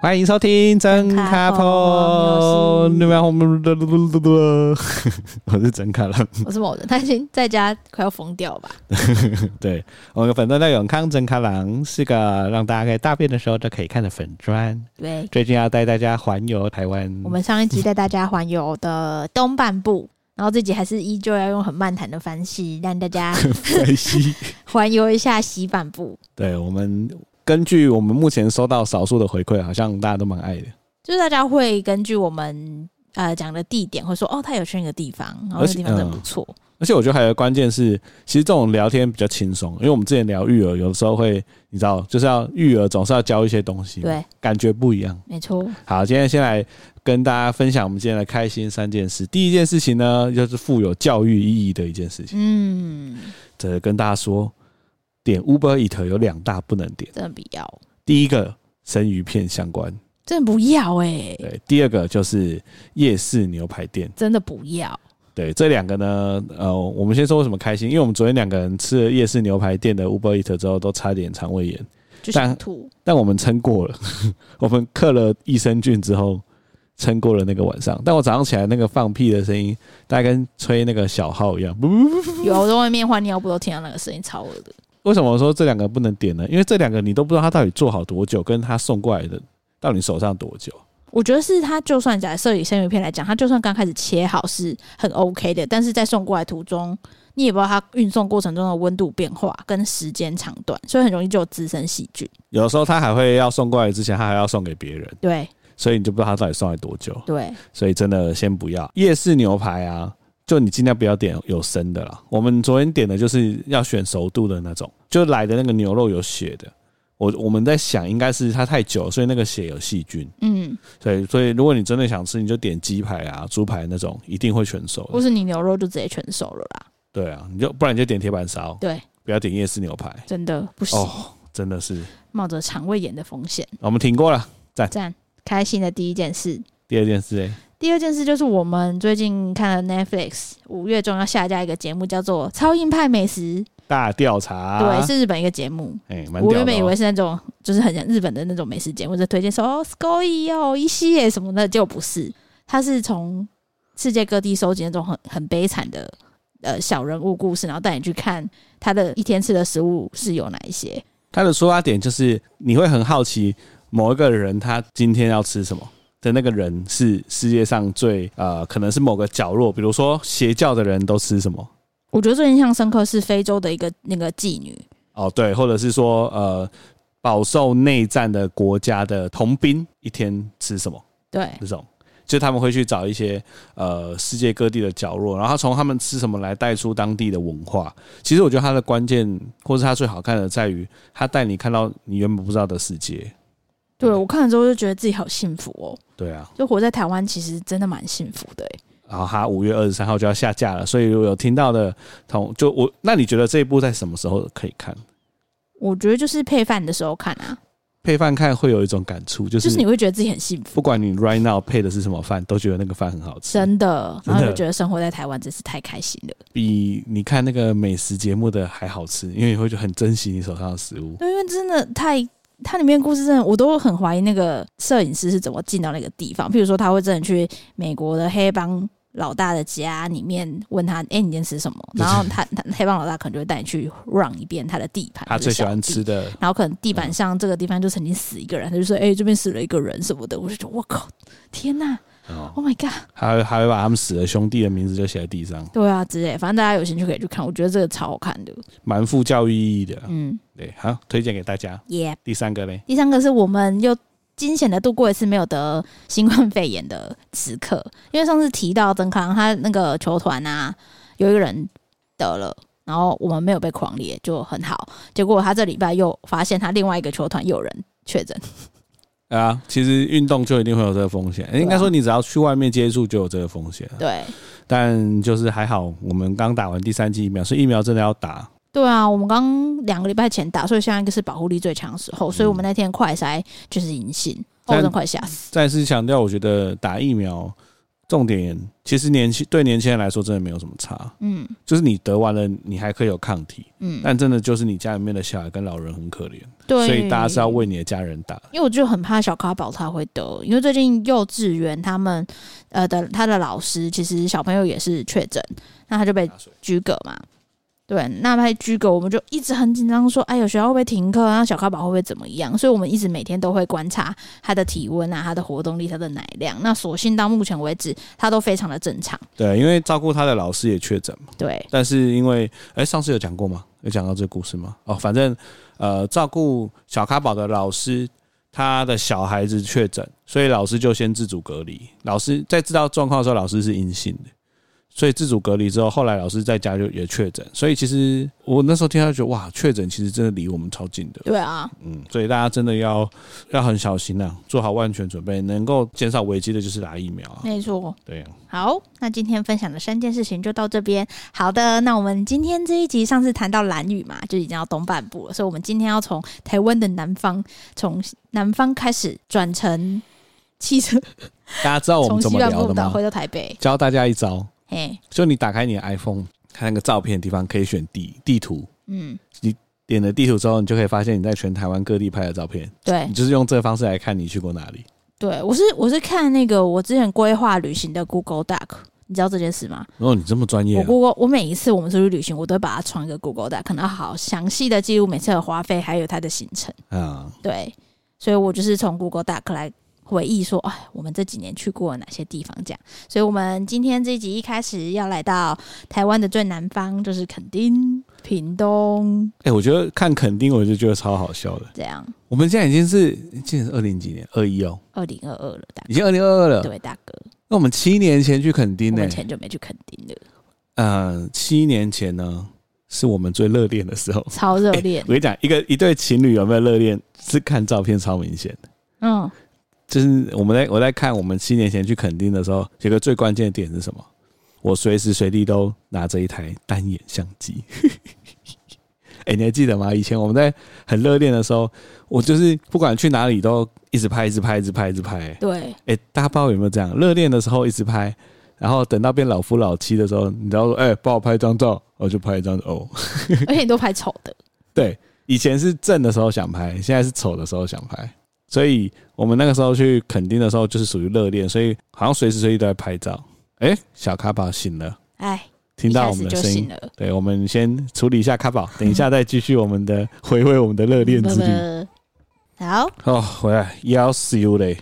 欢迎收听真卡真卡碰，碰你们好， 我是真卡了。 我是某人，他已经在家快要疯掉吧？对，我们粉砖在永康真卡郎是个让大家可以大便的时候就可以看的粉砖。对，最近要带大家环游台湾，我们上一集带大家环游的东半部， 然后这集还是依旧要用很漫谈的方式让大 家分析。环游一下西半部。 对我们根据我们目前收到少数的回馈，好像大家都蛮爱的，就是大家会根据我们呃讲的地点，会说哦，他有去那个地方，然后而那且个地方真的不错。而且我觉得还有个关键是，其实这种聊天比较轻松，因为我们之前聊育儿，有的时候会你知道，就是要育儿总是要教一些东西，，对，感觉不一样。没错，好，今天先来跟大家分享我们今天的开心三件事。第一件事情呢，就是富有教育意义的一件事情。嗯，这跟大家说，点 Uber Eat 有两大不能点，真的不要，第一个生鱼片相关，真的不要哎、对；第二个就是夜市牛排店，真的不要。对。这两个呢，呃，我们先说为什么开心，因为我们昨天两个人吃了夜市牛排店的 Uber Eat 之后，都差点肠胃炎，就但想吐，但我们撑过了， 我们克了益生菌之后，撑过了那个晚上。但我早上起来那个放屁的声音，大概跟吹那个小号一样。 不不不有我在外面换尿布都听到那个声音，超恶的。为什么我说这两个不能点呢？因为这两个你都不知道它到底做好多久，跟它送过来的到你手上多久。我觉得是他，就算假设以生鱼片来讲，他就算刚开始切好是很 OK 的，但是在送过来途中，你也不知道它运送过程中的温度变化跟时间长短，所以很容易就有滋生细菌。有的时候它还会要送过来之前，它还要送给别人，对所以你就不知道它到底送来多久。对，所以真的先不要夜市牛排啊，就你尽量不要点有生的啦。我们昨天点的就是要选熟度的那种，就来的那个牛肉有血的。我我们在想，应该是它太久，所以那个血有细菌。嗯，所以所以如果你真的想吃，你就点鸡排啊、猪排那种，一定会全熟或的。是你牛肉就直接全熟了啦。对啊，你就不然你就点铁板烧，对，不要点夜市牛排。真的不行，哦，真的是，冒着肠胃炎的风险。我们挺过了。赞，开心的第一件事。第二件事、欸，第二件事就是我们最近看了 Netflix 五月中要下架一个节目，叫做《超硬派美食》，大调查，对，是日本一个节目。哎，蛮、我屌原的、本以为哦。是那种就是很像日本的那种美食节目，就推荐说哦 s c o y 哦一系列什么的，结果不是，它是从世界各地收集那种很很悲惨的呃小人物故事，然后带你去看他的一天吃的食物是有哪一些。他的出发点就是你会很好奇某一个人他今天要吃什么的那个人是世界上最呃可能是某个角落，比如说邪教的人都吃什么我觉得最印象深刻是非洲的一个那个妓女，哦对，或者是说呃饱受内战的国家的童兵一天吃什么对这种。就他们会去找一些呃世界各地的角落，然后从他们吃什么来带出当地的文化。其实我觉得它的关键，或是它最好看的，在于它带你看到你原本不知道的世界。对我看了之后就觉得自己好幸福哦，对啊，就活在台湾其实真的蛮幸福的欸、然后它五月二十三号就要下架了，所以如果有听到的同就我，那你觉得这一部在什么时候可以看？我觉得就是配饭的时候看啊，配饭看会有一种感触，就就是是你会觉得自己很幸福。不管你 right now 配的是什么饭，都觉得那个饭很好吃，真的，真然的后就觉得生活在台湾真是太开心了。比你看那个美食节目的还好吃，因为你会就很珍惜你手上的食物。对，因为真的太，它里面故事真的，我都很怀疑那个摄影师是怎么进到那个地方。譬如说，他会真的去美国的黑帮老大的家里面问他：“哎、你今天吃什么？”然后他他黑帮老大可能就会带你去 run 一遍他的地盘，他就是最喜欢小吃嗯地。的然后可能地板上这个地方就曾经死一个人，他就说：“哎、这边死了一个人什么的。”我就觉得我靠，天呐哦， o h my god！还会还会把他们死的兄弟的名字就写在地上，对啊，之类，反正大家有兴趣可以去看，我觉得这个超好看的。蛮富教育意义的。嗯，对，好，推荐给大家。耶、第三个嘞，第三个是我们又惊险的度过一次没有得新冠肺炎的呃时刻，因为上次提到曾康他那个球团啊，有一个人得了。然后我们没有被狂猎，就很好。结果他这礼拜又发现他另外一个球团又有人确诊，嗯啊，其实运动就一定会有这个风险，应该说你只要去外面接触就有这个风险。对但就是还好，我们刚打完第三剂疫苗，所以疫苗真的要打。对啊，我们刚两个礼拜前打，所以现在应该是保护力最强的时候，所以我们那天快筛就是阴性，哦我但真的快吓死。再次强调，我觉得打疫苗重点其实年轻对年轻人来说真的没有什么差，嗯就是你得完了，你还可以有抗体，嗯，但真的就是你家里面的小孩跟老人很可怜，对，所以大家是要为你的家人打。因为我就很怕小咖宝他会得，因为最近幼稚园他们呃的他的老师其实小朋友也是确诊，那他就被居隔嘛。对，那被居隔，我们就一直很紧张，说，哎，有学校会不会停课啊？小咖宝会不会怎么样？所以我们一直每天都会观察他的体温啊、他的活动力、他的奶量。那所幸到目前为止，他都非常的正常。对，因为照顾他的老师也确诊嘛，对，但是因为哎、上次有讲过吗？有讲到这个故事吗？哦，反正呃，照顾小咖宝的老师，他的小孩子确诊，所以老师就先自主隔离。老师在知道状况的时候，老师是阴性的，所以自主隔离之后，后来老师在家就也确诊。所以其实我那时候听到就觉得哇，确诊其实真的离我们超近的。对啊，嗯，所以大家真的要要很小心啊，做好万全准备，能够减少危机的就是打疫苗啊。没错。对啊，好，那今天分享的三件事情就到这边。好的，那我们今天这一集上次谈到蓝雨嘛，就已经要东半部了，所以我们今天要从台湾的南方，从南方开始转成汽车，大家知道哦我们 从怎西么半聊部的岛吗回？到台北。教大家一招，嘿，就你打开你的 iPhone，它那个照片的地方可以选地地图，嗯，点了地图之后，你就可以发现你在全台湾各地拍的照片。对你就是用这个方式来看你去过哪里。对，我是我是看那个我之前规划旅行的 Google Doc。你知道这件事吗？然后你这么专业、我啊， Google，我每一次我们出去旅行，我都会把它创一个 Google Doc，可能要好详细的记录每次的花费，还有它的行程。啊，对，所以我就是从 Google Doc 来回忆说，哎，我们这几年去过哪些地方这样。所以我们今天这一集一开始要来到台湾的最南方，就是垦丁、屏东哎、我觉得看垦丁，我就觉得超好笑的。这样。我们现在已经是，现在是二零几年，二一哦，二零二二了，大已经二零二二了。对大哥，那我们七呃年前去垦丁我呢、们前久没去垦丁了，呃，七年前呢，是我们最热恋的时候。超热恋 我。跟你讲，一个一对情侣有没有热恋，是看照片超明显的。嗯，就是我们在我在看我们七年前去垦丁的时候，有个最关键的点是什么？我随时随地都拿着一台单眼相机。 哎、你还记得吗？以前我们在很热恋的时候，我就是不管去哪里都一直拍，一直拍，一直拍，一直拍、欸对，哎、大家不知道有没有这样，热恋的时候一直拍，然后等到变老夫老妻的时候，你知道说，哎、帮我拍一张照，我就拍一张哦。而且你都拍丑的，对，以前是正的时候想拍，现在是丑的时候想拍，所以我们那个时候去垦丁的时候就是属于热恋，所以好像随时随地都在拍照。哎、小卡宝醒了，哎，听一到开我们的始就声音醒。了。对，我们先处理一下卡宝，等一下再继续我们的回味我们的热恋之旅。嗯拜拜好，哦，回来要死有嘞！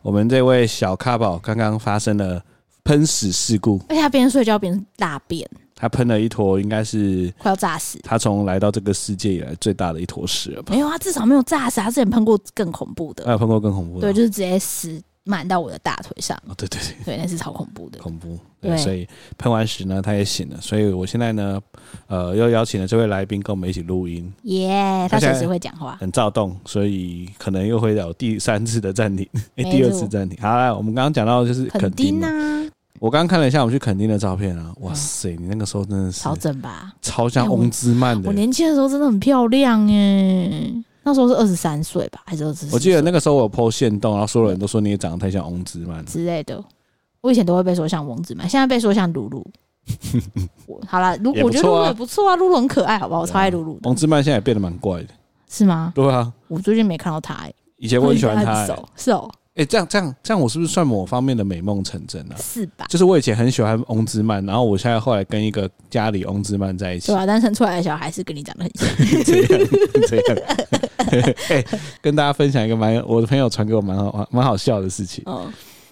我们这位小卡宝刚刚发生了喷屎事故，而且他边睡觉边大便，他喷了一坨，应该是快要炸死。他从来到这个世界以来最大的一坨屎了吧？没有，他啊至少没有炸死，他之前碰过更恐怖的。还有碰过更恐怖的对，吗，就是直接死满到我的大腿上，哦，对对对，对，那是超恐怖的。恐怖。对，对所以喷完屎呢，他也醒了，所以我现在呢，呃，又邀请了这位来宾跟我们一起录音，耶、他他现随在时会讲话。很躁动，所以可能又会有第三次的暂停， 哎、没第二错次暂停。好啦，我们刚刚讲到就是垦肯丁定嘛，啊，嗯我刚刚看了一下我们去垦丁的照片啊，哇塞，你那个时候真的是超正吧？超像翁之曼的我。年轻的时候真的很漂亮哎、那时候是二十三岁吧，还是二十？我记得那个时候我有 PO 线动，然后所有人都说你也长得太像翁之曼了。之类的。我以前都会被说像王子嘛，现在被说像 露露。我好啦，露也不我觉得错露啊露也不错啊，露露很可爱，好不好？我对啊超爱露露的翁，之曼现在也变得蛮怪的，是吗？对啊，我最近没看到她、欸，以前我很喜欢他、她欸。熟，是哦，哎、这样这样这样，我是不是算某方面的美梦成真啊？是吧？就是我以前很喜欢翁之曼，然后我现在后来跟一个家里翁之曼在一起对，吧、但生出来的小孩是跟你长得很像， 这样这样。 哎、跟大家分享一个蛮我的朋友传给我蛮好蛮好笑的事情，嗯，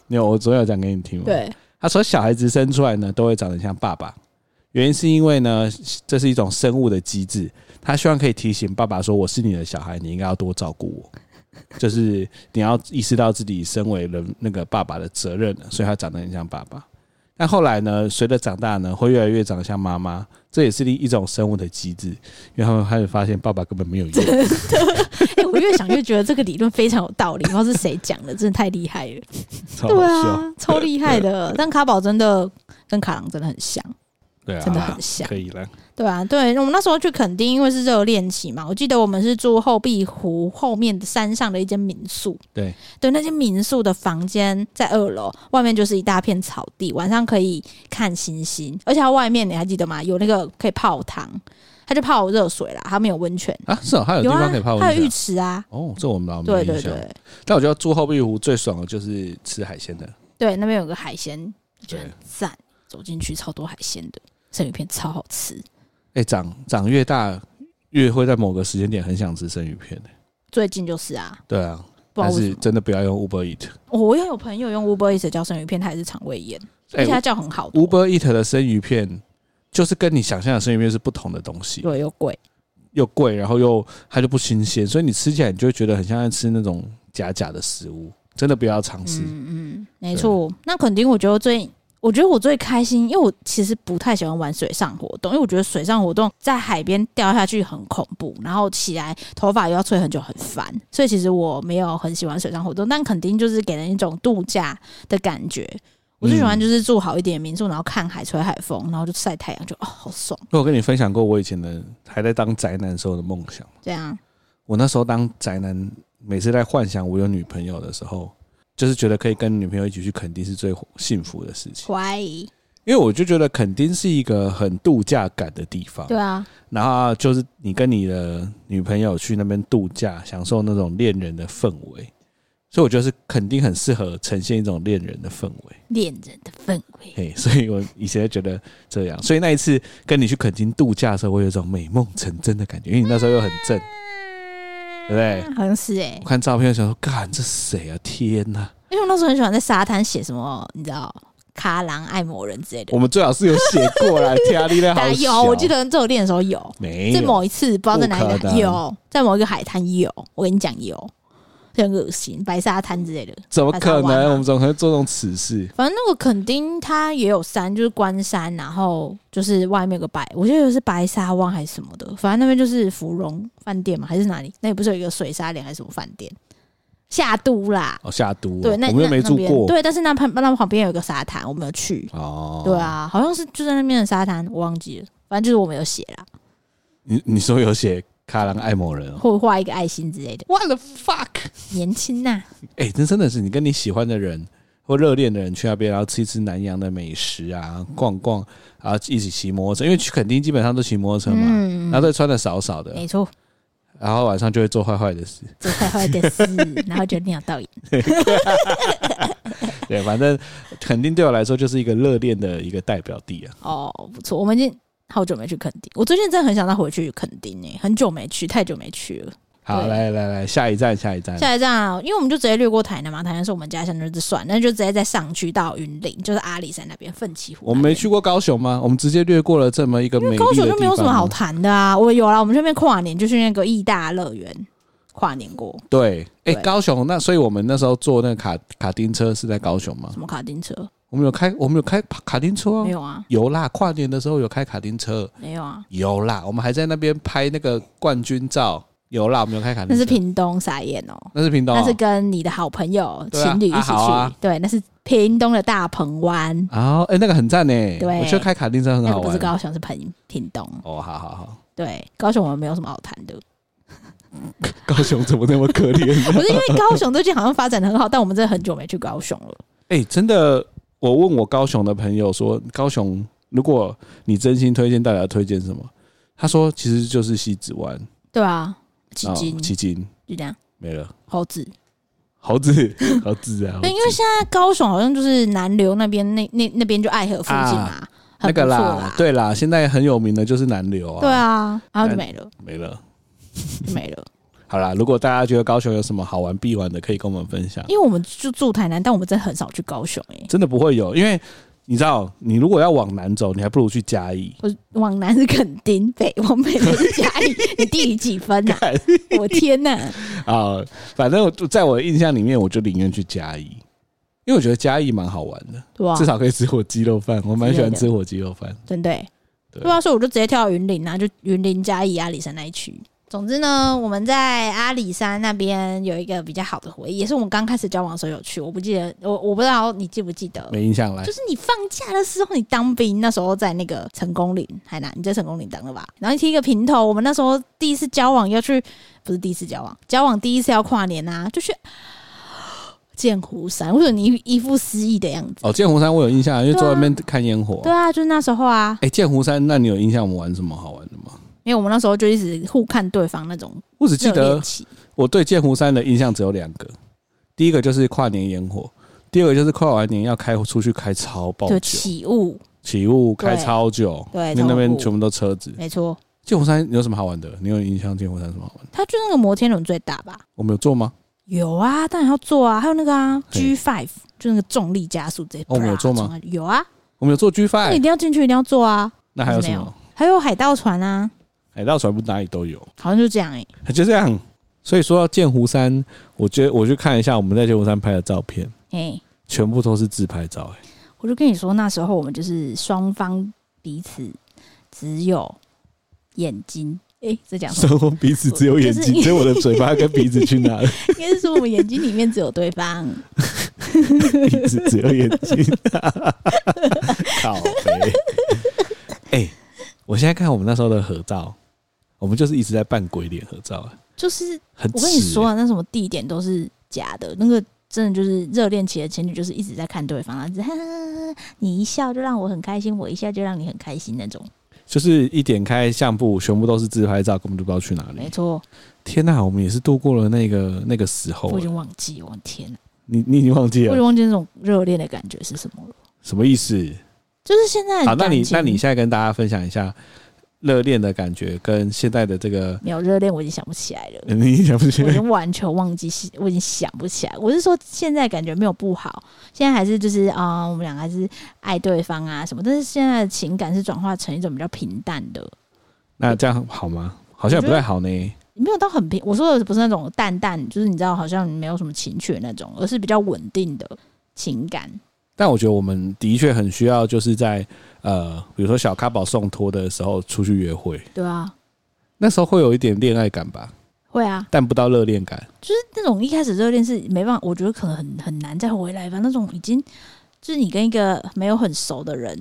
因为我昨天有讲给你听嘛。，对，他说小孩子生出来呢都会长得像爸爸，原因是因为呢这是一种生物的机制，他希望可以提醒爸爸说我是你的小孩，你应该要多照顾我，就是你要意识到自己身为人那个爸爸的责任了，所以他长得很像爸爸。但后来呢，随着长大呢，会越来越长得像妈妈，这也是另一种生物的机制，因为他们开始发现爸爸根本没有用。啊哎、我越想越觉得这个理论非常有道理，不知道是谁讲的，真的太厉害了。超好对笑。啊，超厉害的。但卡宝真的跟卡郎真的很像，对啊，真的很像。可以了。对啊，对，我们那时候去垦丁，因为是热恋期嘛，我记得我们是住后壁湖后面的山上的一间民宿。对对，那间民宿的房间在二楼，外面就是一大片草地，晚上可以看星星，而且它外面你还记得吗？有那个可以泡汤，它就泡热水啦，它没有温泉，啊，是哦，还有地啊方可以泡，温它有泉浴啊。池啊。哦，这我们老没有对印对象。对但我觉得住后壁湖最爽的就是吃海鲜的，对，那边有个海鲜，我觉得对很赞，走进去超多海鲜的，生鱼片超好吃。哎、长长越大越会在某个时间点很想吃生鱼片、最近就是啊，对啊，不知但道为什是么，真的不要用 Uber Eat。哦我也有朋友用 Uber Eats 叫生鱼片，他也是肠胃炎。而哎、且它叫很好的 u b e r Eat 的生鱼片就是跟你想象的生鱼片是不同的东西，对又贵，又贵，然后又它就不新鲜，所以你吃起来你就会觉得很像在吃那种假假的食物，真的不要尝试。嗯嗯，没错。那肯定，我觉得最，我觉得我最开心，因为我其实不太喜欢玩水上活动，因为我觉得水上活动在海边掉下去很恐怖，然后起来头发又要吹很久，很烦。所以其实我没有很喜欢水上活动，但肯定就是给人一种度假的感觉。我最喜欢就是住好一点的民宿，然后看海、吹海风，然后就晒太阳，就哦好爽。那我跟你分享过我以前的还在当宅男时候的梦想。这样我那时候当宅男，每次在幻想我有女朋友的时候，就是觉得可以跟女朋友一起去垦丁是最幸福的事情，怀疑，因为我就觉得垦丁是一个很度假感的地方。对啊，然后就是你跟你的女朋友去那边度假，享受那种恋人的氛围。所以我觉得是肯定很适合呈现一种恋人的氛围，恋人的氛围。嘿， 所以我以前就觉得这样，所以那一次跟你去垦丁度假的时候，我有一种美梦成真的感觉，因为你那时候又很正，对不对？好像是哎、我看照片，想说，干这谁啊？天哪！因为我那时候很喜欢在沙滩写什么，你知道，卡郎爱某人之类的我。们最好是有写过来，天啊，力量好但小有，我记得这有练的时候有，没在有？某一次不知道在哪里不可来能有，在某一个海滩有。我跟你讲有，就很恶心，白沙滩之类的。怎么可还是要玩啊能？吗我们怎么可能做这种此事？反正那个垦丁它也有山，就是关山，然后就是外面有个白，我记得是白沙湾还是什么的，反正那边就是芙蓉饭店嘛，还是哪里？那里不是有一个水沙连还是什么饭店？夏都啦，哦，下毒哦、对，那我们又那没那住边过。对，但是那旁那旁边有一个沙滩，我没有去。哦，对，啊，好像是就在那边的沙滩，我忘记了，反正就是我没有写啦，你你说有写卡郎爱某人哦或画一个爱心之类的。 ？What the fuck？年轻呐、 哎、这真的是你跟你喜欢的人或热恋的人去那边，然后吃一吃南洋的美食啊，逛逛，然后一起骑摩托车，因为去垦丁基本上都骑摩托车嘛，嗯然后都穿的少少的，没错，然后晚上就会做坏坏的事。做坏坏的事，然后就尿道炎。对，反正肯定对我来说就是一个热恋的一个代表地啊。哦，不错，我们已经好久没去垦丁，我最近真的很想再回去垦丁诶、很久没去，太久没去了。好，对来来来，下一站，下一站，下一站啊，因为我们就直接略过台南嘛，台南是我们家乡，那就算，那就直接再上去到云林，就是阿里山那边，奋起湖。我们没。去过高雄吗？我们直接略过了这么一个美丽的高地雄方。就没有什么好谈的啊，我有啦，我们这边跨年就去那个义大乐园跨年过，对，哎、对高雄那，所以我们那时候坐那个卡卡丁车是在高雄吗什？么卡丁车我们有开，我们有开卡丁车、啊没，有啊，有啦，跨年的时候有开卡丁车，没有啊，有啦，我们还在那边拍那个冠军照，有啦，我们有开卡丁车，那是屏东撒盐哦，那是屏东哦、那是跟你的好朋友对啊情侣一起去，啊好啊对，那是屏东的大鹏湾，哦，哎、那个很赞呢，对我觉得开卡丁车很那好个不玩是。高雄，是屏屏东，哦，好好好，对，高雄我们没有什么好谈的，高雄怎么那么可怜？不是因为高雄最近好像发展的很好，但我们真的很久没去高雄了，哎、真的，我问我高雄的朋友说，高雄如果你真心推荐，大家推荐什么？他说其实就是西子湾、对啊，迄哦今迄今就这样，没了，猴子，猴子，猴子啊，对，因猴为子现在高雄好像就是南流那边，那那那边就爱河附近嘛，啊那很不个错啦，，对啦，现在很有名的就是南流啊，对，啊，然后就没了，没了。就没了，好啦，如果大家觉得高雄有什么好玩必玩的，可以跟我们分享。因为我们就住台南，但我们真的很少去高雄哎、欸真的不会有，因为你知道，你如果要往南走，你还不如去嘉义。 我往南是垦丁，北往北就是嘉义。你地理几分 呐、啊？我天呐、啊、反正我在我的印象里面，我就宁愿去嘉义，因为我觉得嘉义蛮好玩的，对吧、至少可以吃火鸡肉饭，我蛮喜欢之吃火鸡肉饭。真的欸、对对啊，所以我就直接跳到云林啊，就云林嘉义阿里山那一区，总之呢，我们在阿里山那边有一个比较好的回忆，也是我们刚开始交往的时候有去。我不记得，我我不知道你记不记得，没印象来就。是你放假的时候，你当兵那时候在那个成功岭，海南，你在成功岭当的吧？然后你剃一个平头，我们那时候第一次交往要去，不是第一次交往，交往第一次要跨年啊，就去啊剑湖山。为什么你一一副失忆的样子？哦，剑湖山我有印象，因为坐在那边看烟火。对啊，就是那时候啊，哎，剑湖山，那你有印象我们玩什么好玩的吗？因为我们那时候就一直互看对方那种我只记热得恋期，我对剑湖山的印象只有两个，第一个就是跨年烟火，第二个就是跨完年要开出去开超爆就久，起雾，起雾开超久，对，因为那边从雾全部都车子。没错，剑湖山有什么好玩的？你有印象剑湖山什么好玩的？它就那个摩天轮最大吧？我们有坐吗？有啊，当然要做啊，还有那个啊嘿 G Five，就那个重力加速这。哦我们有做吗？有啊，我们有坐 G 那一 Five，定要进去，一定要做啊。那还有什没么哎有？还有海盗船啊，海盗船不哪里都有，好像就这样哎、就这样。所以说到剑湖山，我觉得我去看一下我们在剑湖山拍的照片，哎、全部都是自拍照、欸。我就跟你说，那时候我们就是双方彼此只有眼睛，哎、这讲什么生活彼此只有眼睛，就是只有我的嘴巴跟鼻子去哪 了？应该是说我们眼睛里面只有对 方。鼻子只有眼睛，靠北。哎、我现在看我们那时候的合照，我们就是一直在扮鬼脸合照、啊，就是很、我跟你说、，啊，那什么地点都是假的，那个真的就是热恋期的情侣，就是一直在看对方，然后啊就是哈哈哈你一笑就让我很开心，我一笑就让你很开心那种。就是一点开相簿，全部都是自拍照，根本就不知道去哪没里。错，天哪、我们也是度过了那个那个时候我了。已经忘记，我的天哪，你你已经忘记我已了经忘记那种热恋的感觉是什么了。什么意思？就是现在的好，那感你情那你现在跟大家分享一下热恋的感觉，跟现在的这 个，。没有热恋，我已经想不起来了你想不起我已来？经完全忘记，我已经想不起来。我是说，现在感觉没有不好，现在还是就是啊、呃我们两个还是爱对方啊什么，但是现在的情感是转化成一种比较平淡的， 那这样好吗？好像也不太好呢。没有到很平。我说的不是那种淡淡，就是你知道，好像没有什么情绪的那种，而是比较稳定的情感。但我觉得我们的确很需要，就是在呃，比如说小咖宝送托的时候出去约会，对啊，那时候会有一点恋爱感吧，会啊，但不到热恋感。就是那种一开始热恋是没办法，我觉得可能很很难再回来吧。那种已经就是你跟一个没有很熟的人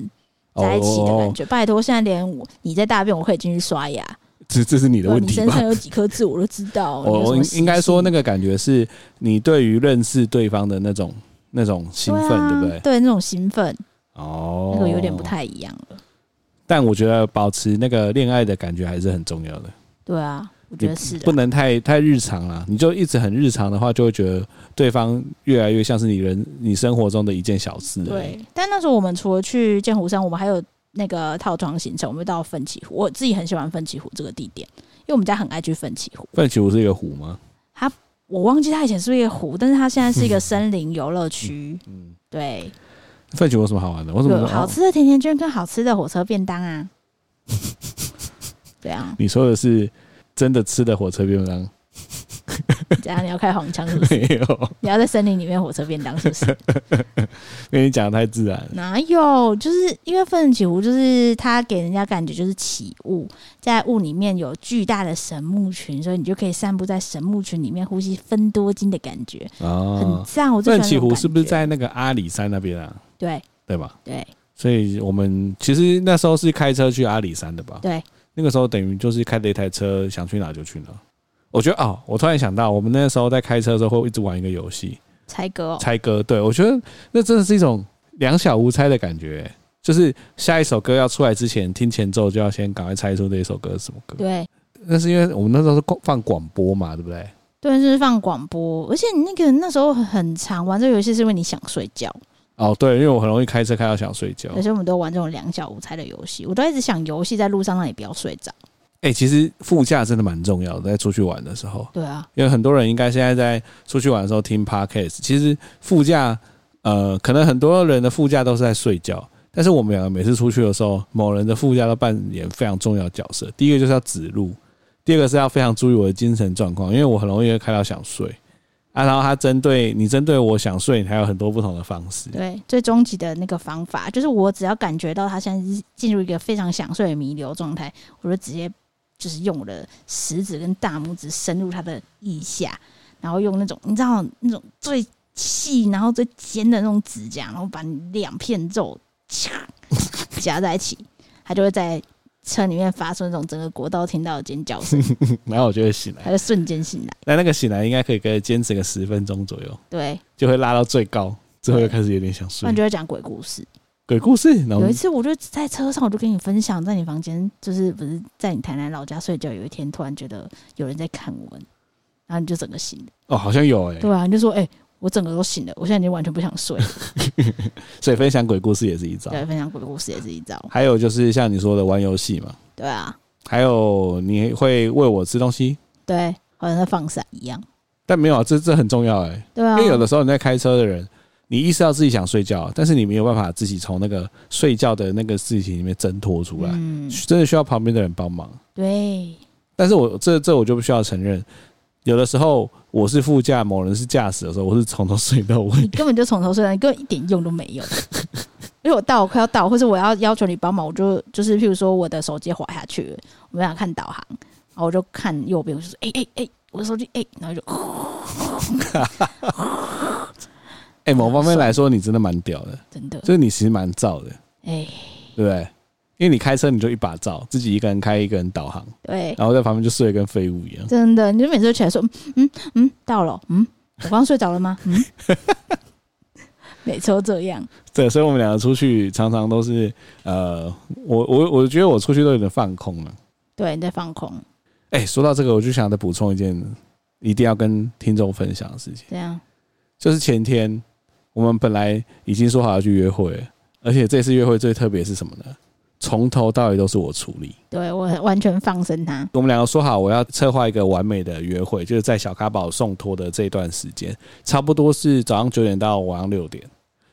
在一起的感哦，觉。拜托，现在连我你在大便，我可以进去刷牙。这这是你的对啊问你题身吧哦上？有几颗痣，我都知 道。你有什我么应习性应该说那个感觉是你对于认识对方的那种那种兴奋，对啊对不对？对，那种兴奋，哦，那个有点不太一样了。但我觉得保持那个恋爱的感觉还是很重要的，对啊，我觉得是不的。能太太日常了。你就一直很日常的话，就会觉得对方越来越像是你人你生活中的一件小事。，对，但那时候我们除了去剑湖山，我们还有那个套装行程，我们到奋起湖。我自己很喜欢奋起湖这个地点，因为我们家很爱去奋起湖。奋起湖是一个湖吗？我忘记它以前是不是一个湖，但是它现在是一个森林游乐区。嗯，对，奋起湖有什么好玩的？我怎么有好吃的甜甜圈跟好吃的火车便 当啊。对啊，你说的是真的吃的火车便 当？这样你要开黄腔是不 是？没有，你要在森林里面火车便当是不是？ 因为你讲的太自然了。哪有？就是因为奋起湖，就是它给人家感觉就是起雾，在雾里面有巨大的神木群，所以你就可以散步在神木群里面，呼吸芬多精的感觉，很哦，赞。我最喜奋欢这起种湖感觉是不是？在那个阿里山那边啊？对对吧？对所以我们其实那时候是开车去阿里山的吧？对，那个时候等于就是开着一台车，想去哪就去哪。我觉得哦，我突然想到，我们那时候在开车的时候会一直玩一个游戏，猜歌、哦，猜歌。对我觉得那真的是一种两小无猜的感觉、就是下一首歌要出来之前，听前奏就要先赶快猜出这一首歌是什么歌。对那是因为我们那时候是放广播嘛，对不对？对，就是放广播，而且你那个那时候很常玩这个游戏，是因为你想睡觉，哦，对，因为我很容易开车开到想睡觉。而且我们都玩这种两小无猜的游戏，我都一直想游戏在路上让你不要睡着。哎、其实副驾真的蛮重要的，在出去玩的时候。对啊，因为很多人应该现在在出去玩的时候听 podcast，其实副驾，呃，可能很多人的副驾都是在睡觉，但是我们两个每次出去的时候，某人的副驾都扮演非常重要的角色。第一个就是要指路，第二个是要非常注意我的精神状况，因为我很容易会开到想睡啊。然后他针对你针对我想睡，你还有很多不同的方 式。对，最终极的那个方法就是，我只要感觉到他现在是进入一个非常想睡的弥留状态，我就直接就是用我的食指跟大拇指深入他的腋下，然后用那种你知道那种最细然后最尖的那种指甲，然后把你两片肉掐夹在一起，他就会在车里面发出那种整个国道听到的尖叫声，然后我就会醒来他。就瞬间醒来。那那个醒来应该可以跟坚持个十分钟左右，对，就会拉到最高，之后又开始有点想不睡然。就会讲鬼故事。鬼故事，然后有一次，我就在车上，我就跟你分享，在你房间，就是不是在你台南老家睡觉，有一天突然觉得有人在看我们，然后你就整个醒了，哦，好像有哎、对啊，你就说，哎、我整个都醒了，我现在已经完全不想睡了。所以分享鬼故事也是一招。对，分享鬼故事也是一招，还有就是像你说的玩游戏嘛，对啊，还有你会喂我吃东西，对，好像在放闪一样，但没有，这这很重要哎、对啊，因为有的时候你在开车的人，你意识到自己想睡觉，但是你没有办法自己从那个睡觉的那个事情里面挣脱出来，嗯，真的需要旁边的人帮忙。对，但是我这这我就不需要承认，有的时候我是副驾，某人是驾驶的时候，我是从头睡到尾 你。根本就从头睡到，你根本一点用都没有。 因为我到我快要到，或者我要要求你帮忙，我就就是譬如说我的手机滑下去了，我没想看导航，然后我就看右边，我就说哎哎哎，我的手机哎、然后就哎、某方面来说，你真的蛮屌的，真的就是你其实蛮燥的，哎、对不对？因为你开车你就一把燥，自己一个人开，一个人导航，对，然后在旁边就睡得跟废物一样。真的，你就每次起来说嗯嗯嗯到了，嗯，我刚刚睡着了吗？嗯， 每次都这样，对，所以我们两个出去常常都是呃，我我我觉得我出去都有点放空了。对，你在放空，哎、说到这个，我就想再补充一件一定要跟听众分享的事情，这样就是前天我们本来已经说好要去约会了，而且这次约会最特别是什么呢？从头到尾都是我处理。对我完全放生他，我们两个说好，我要策划一个完美的约会，就是在小咖宝送托的这段时间，差不多是早上九点到晚上六点。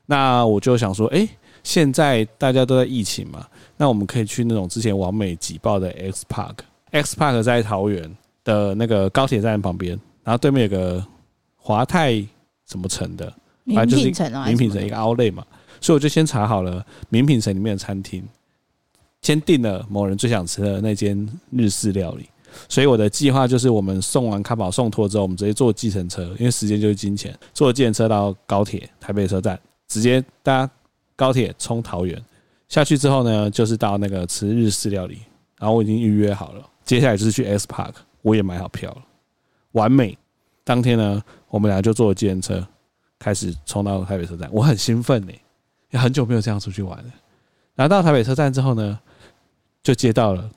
那我就想说，诶，现在大家都在疫情嘛，那我们可以去那种之前完美挤爆的 X Park。X Park 在桃园的那个高铁站旁边，然后对面有个华泰什么城的，名反正就是品城哦，还名是品什么城一个 Outlet 嘛，所以我就先查好了名品城里面的餐厅，先订了某人最想吃的那间日式料理。所以我的计划就是，我们送完卡宝送托之后，我们直接坐计程车，因为时间就是金钱，坐计程车到高铁台北车站，直接搭高铁冲桃园。下去之后呢，就是到那个吃日式料理，然后我已经预约好了。接下来就是去 X Park，我也买好票了，完美。当天呢，我们俩就坐计程车，开始冲到台北车站，我很兴奋呢、也很久没有这样出去玩了。然后到台北车站之后呢，就接到 了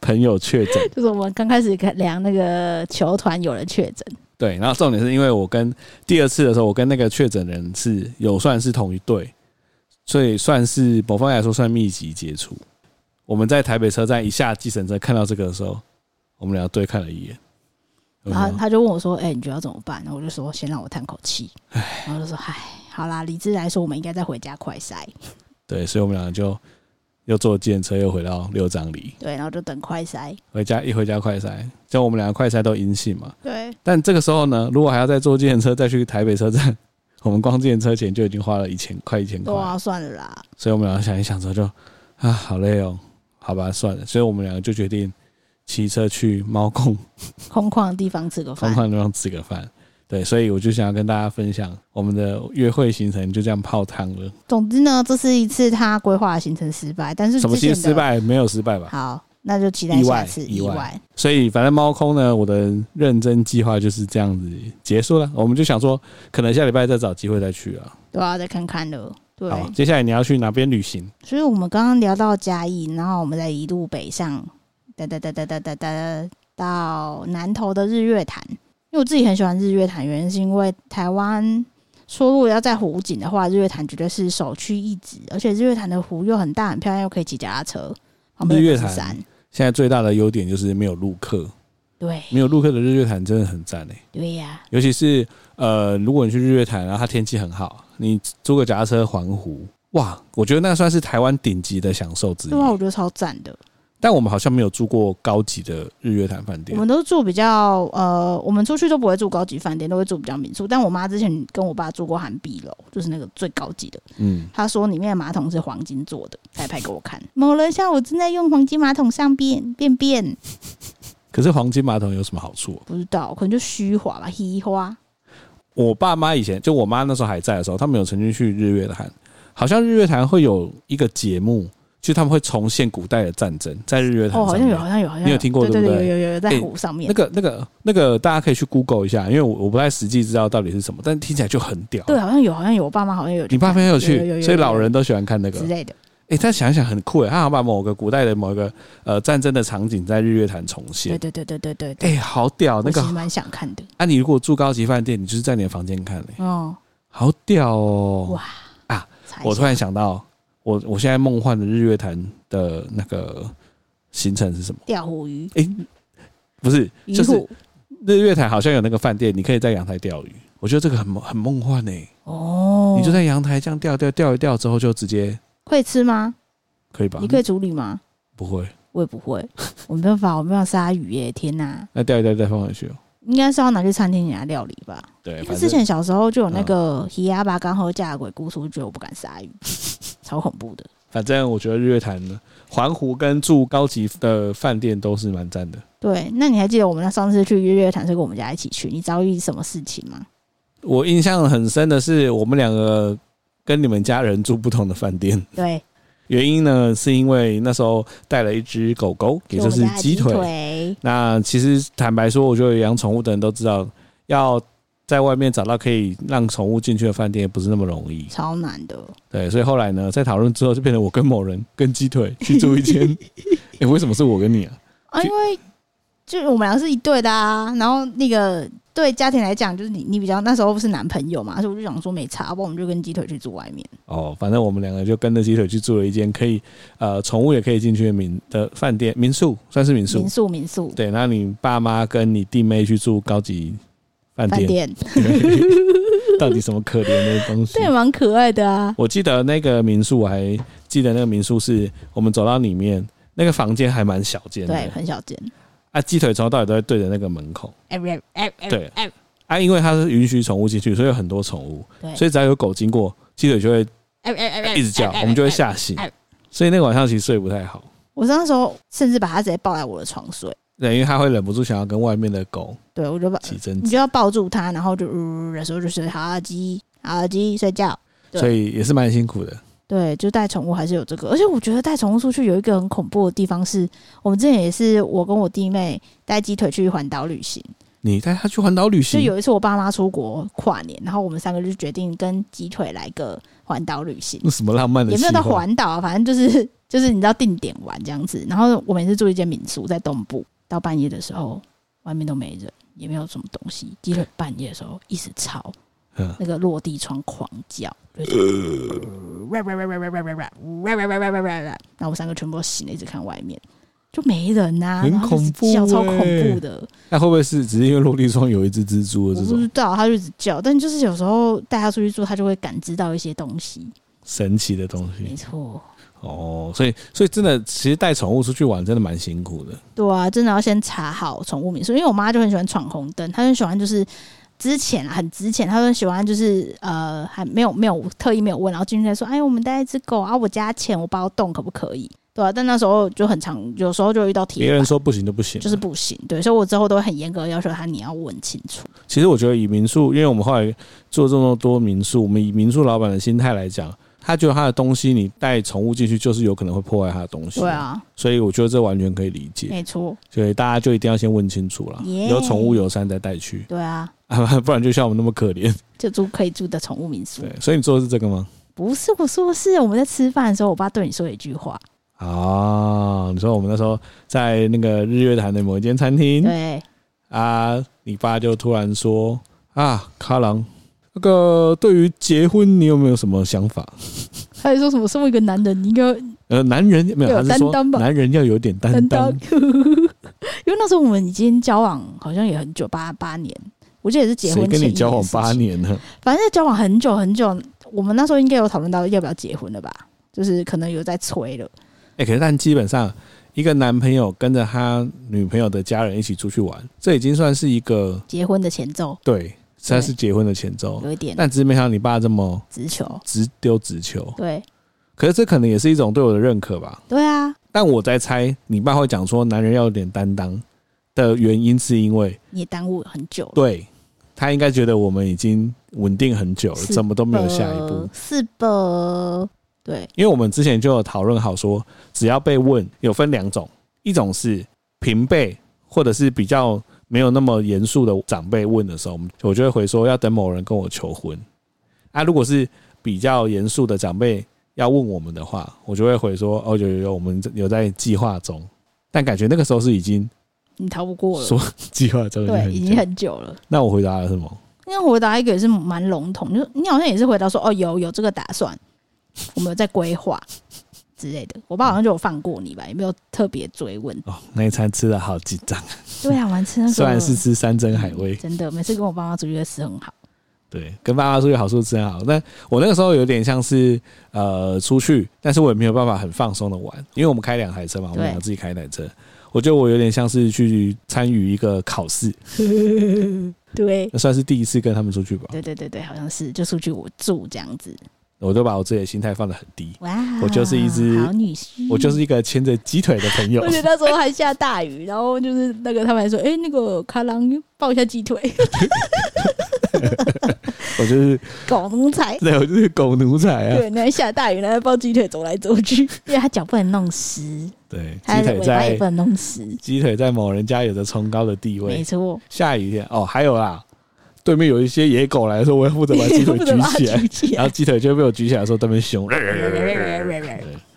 朋友确诊，就是我们刚开始量那个球团有人确诊，对，然后重点是因为我跟第二次的时候，我跟那个确诊人是有算是同一队，所以算是某方面来说算密集接触。我们在台北车站一下计程车看到这个的时候，我们俩对看了一眼，然嗯后他就问我说：“哎、你觉得要怎么办？”然后我就说：“先让我叹口气。”然后就说：“唉，好啦，理智来说，我们应该再回家快筛。对，所以我们俩就又坐计程车又回到六张里，”对，然后就等快筛。回家一回家快筛，就我们两个快筛都阴性嘛。对，但这个时候呢，如果还要再坐计程车再去台北车站， 我们光计程车钱就已经花了一千快一千块对。啊，算了啦。所以我们两个想一想之后就啊，好累哦，好吧，算了。所以我们两个就决定骑车去猫空空旷的地方吃个空饭，旷地方吃个饭。对，所以我就想要跟大家分享我们的约会行程就这样泡汤了。总之呢，这是一次他规划的行程失败，但是什么之前新的失？败？没有失败吧？好，那就期待意下外次意外外。所以反正猫空呢，我的认真计划就是这样子结束了。我们就想说，可能下礼拜再找机会再去啊。对啊，再看看了。对，好，接下来你要去哪边旅行？所以我们刚刚聊到嘉义，然后我们再一路北上，哒哒哒哒哒哒哒到南投的日月潭。因为我自己很喜欢日月潭，原因是因为台湾说如果要在湖景的话，日月潭绝对是首屈一指，而且日月潭的湖又很大很漂亮，又可以骑脚踏车，旁边日有月富潭士山。现在最大的优点就是没有陆客，对没有陆客的日月潭真的很赞诶、对呀、尤其是呃，如果你去日月潭，然后它天气很好，你租个脚踏车环湖，哇，我觉得那算是台湾顶级的享受之一对。啊，我觉得超赞的。但我们好像没有住过高级的日月潭饭我店。们都住比较呃，我们出去都不会住高级饭店，都会住比较民宿。但我妈之前跟我爸住过韩碧楼，就是那个最高级的。嗯，她说里面的马桶是黄金做的，她还拍给我看。某人下午正在用黄金马桶上便便便，可是黄金马桶有什么好处？啊不知道可能就虚华吧，稀花。我爸妈以前就我妈那时候还在的时候，他们有曾经去日月潭，好像日月潭会有一个节目，就他们会重现古代的战争，在日月潭哦，上好像面。有，好像有，好像你有听过对对不对，对有有有在哎湖上面。那个、那个、那个，大家可以去 Google 一下，因为我我不太实际知道到底是什么，但听起来就很屌。对，好像有，好像有，我爸妈好像有去看。你爸妈有有有有去，有所以老人都喜欢看那个之。类的，哎、他想一想很酷哎，他好像把某个古代的某一个呃战争的场景在日月潭重对现。对对对对对对。哎、好屌！那我个其实蛮想看的。啊，你如果住高级饭店，你就是在你的房间看嘞、哦，好屌哦！哇啊！猜我一下突然想到，我我现在梦幻的日月潭的那个行程是什么？钓虎鱼，哎、不是，鱼就是虎日月潭好像有那个饭店，你可以在阳台钓鱼。我觉得这个很梦很梦幻呢、哦，你就在阳台这样钓钓钓一钓之后，就直接会吃吗？可以吧？你可以处理吗？不会？我也不会，我没办法，我没办法杀鱼耶！天哪，那钓一钓再放回去哦。应该是要拿去餐厅给他料理吧。对，因为哎反之正嗯前小时候就有那个黑鸭巴刚喝架的鬼故事，我就觉得我不敢杀鱼， 超恐怖的。反正我觉得日月潭呢，环湖跟住高级的饭店都是蛮赞的。对，那你还记得我们那上次去日月潭是跟我们家一起去，你遭遇什么事情吗？我印象很深的是，我们两个跟你们家人住不同的饭店。对，原因呢，是因为那时候带了一只狗狗，也我就们是家的鸡鸡腿。腿，那其实坦白说，我觉得养宠物的人都知道，要在外面找到可以让宠物进去的饭店不是那么容易。超难的。对，所以后来呢，在讨论之后，就变成我跟某人跟鸡腿去住一 间。诶，为什么是我跟你啊？啊，就因为就是我们俩是一对的啊，然后那个对家庭来讲，就是你你比较那时候不是男朋友嘛，所以我就想说没差，不然我们就跟鸡腿去住外面。哦，反正我们两个就跟着鸡腿去住了一间可以呃宠物也可以进去的民的饭店民宿，算是民宿民。宿民宿对，那你爸妈跟你弟妹去住高级饭饭店，店，到底什么可怜的东西？对，蛮可爱的啊。我记得那个民宿，我还记得那个民宿是我们走到里面，那个房间还蛮小间对，的。很小见。啊，鸡腿从头到尾都在对着那个门口。哎哎哎哎对哎，啊，因为它是允许宠物进去，所以有很多宠物，对，所以只要有狗经过，鸡腿就会哎哎哎哎一直叫，我们就会。吓醒哎哎。所以那个晚上其实睡不太好，我那时候甚至把它直接抱来我的床睡，对，因为它会忍不住想要跟外面的狗对我就把起争你执，就要抱住它，然后就呜的时候就是好鸡好鸡睡觉。嗯对所以也是蛮辛苦的。对，就带宠物还是有这个，而且我觉得带宠物出去有一个很恐怖的地方是，我们之前也是我跟我弟妹带鸡腿去环岛旅行，你带它去环岛旅就行，有一次我爸妈出国跨年，然后我们三个就决定跟鸡腿来个环岛旅行，那什么浪漫的也计没划？有到环岛啊，反正就是就是你知道定点玩这样子，然后我每次住一间民宿在东部，到半夜的时候外面都没人，也没有什么东西，鸡腿半夜的时候一直吵，嗯那个落地窗狂叫，就是然后我们三个全部都醒了，一直看外面，就没人呐、很然后就是恐怖叫超欸恐怖的，那会不会是只是因为落地窗有一只蜘蛛我的这不知种道，他就一直叫，但就是有时候带他出去住，他就会感知到一些东西，神奇的东西没？错，哦，所以所以真的，其实带宠物出去玩真的蛮辛苦的。对啊，真的要先查好宠物名宿，因为我妈就很喜欢闯红灯，她很喜欢就是。之前啊很之前，她很喜欢就是呃，还没有没有特意没有问，然后进去再说，哎，我们带一只狗啊，我加钱，我包动可不可以？对啊，但那时候就很常，有时候就会遇到铁别板人说不行就不行，啊就是不行。对，所以我之后都会很严格要求他，你要问清楚。其实我觉得以民宿，因为我们后来做这么多民宿，我们以民宿老板的心态来讲，他觉得他的东西你带宠物进去，就是有可能会破坏他的东西。对，啊，所以我觉得这完全可以理解，没错，所以大家就一定要先问清楚啦，耶有宠物友善再带去， 对啊，不然就像我们那么可怜。就住可以住的宠物民宿。对，所以你做的是这个吗？不是我说的是，我们在吃饭的时候，我爸对你说了一句话，啊，你说我们那时候在那个日月潭的某一间餐厅，对，啊，你爸就突然说啊，卡郎，那个对于结婚你有没有什么想法？他还说什么身为一个男人，你应该呃，男人没要有，有他是说担当吧男人要有点担担当当。。 因为那时候我们已经交往好像也很久，八八年，我记得也是结谁婚前跟一你年交往的事情八年呢？反正交往很久很久，我们那时候应该有讨论到要不要结婚了吧？就是可能有在催了，哎、可是但基本上一个男朋友跟着他女朋友的家人一起出去玩，这已经算是一个结婚的前奏对，算是结婚的前奏。有一点但只是没想到你爸这么直球，直丢直球，对可是这可能也是一种对我的认可吧。对啊，但我在猜，你爸会讲说男人要有点担当的原因，是因为你也耽误很久了，对他应该觉得我们已经稳定很久了，是怎么都没有下一步呃。是吧？对，因为我们之前就有讨论好说，只要被问，有分两种，一种是平辈或者是比较没有那么严肃的长辈问的时候，我们我就会回说要等某人跟我求婚。啊，如果是比较严肃的长辈要问我们的话，我就会回说哦，有有有，我们有在计划中。但感觉那个时候是已经你逃不过了，说 计划中已经对，已很经久。很久了。那我回答了什么？因为回答一个也是蛮笼统，就是你好像也是回答说哦有有这个打算，我们有在规划之类的。我爸好像就有放过你吧，也没有特别追问。哦，那一餐吃了好几张，对啊，玩吃那个虽然是吃山珍海味，真的每次跟我爸妈出去都吃很好。对，跟爸妈出去好处真好。但我那个时候有点像是呃出去，但是我也没有办法很放松的玩，因为我们开两台车嘛，我们对两个自己开一台车。我觉得我有点像是去参与一个考试，对，那算是第一次跟他们出去吧。对对对对，好像是就出去我住这样子。我就把我自己的心态放得很低，哇，我就是一只好女婿，我就是一个牵着鸡腿的朋 友而。且那时候还下大雨，然后就是那个他们还说，哎、那个卡郎抱一下鸡腿， 我就是 狗奴才。对，我就是狗奴才啊。对，你还下大雨，然后抱鸡腿走来走去，因为他脚不能弄湿，对，他鸡的腿尾巴也在不能弄湿。鸡腿在某人家有着崇高的地没位。 错，下雨天哦，还有啦，对面有一些野狗来说，我要负责把 鸡腿不举能把它起来。举起然来 后，鸡腿就被我举起来的时候，对面凶。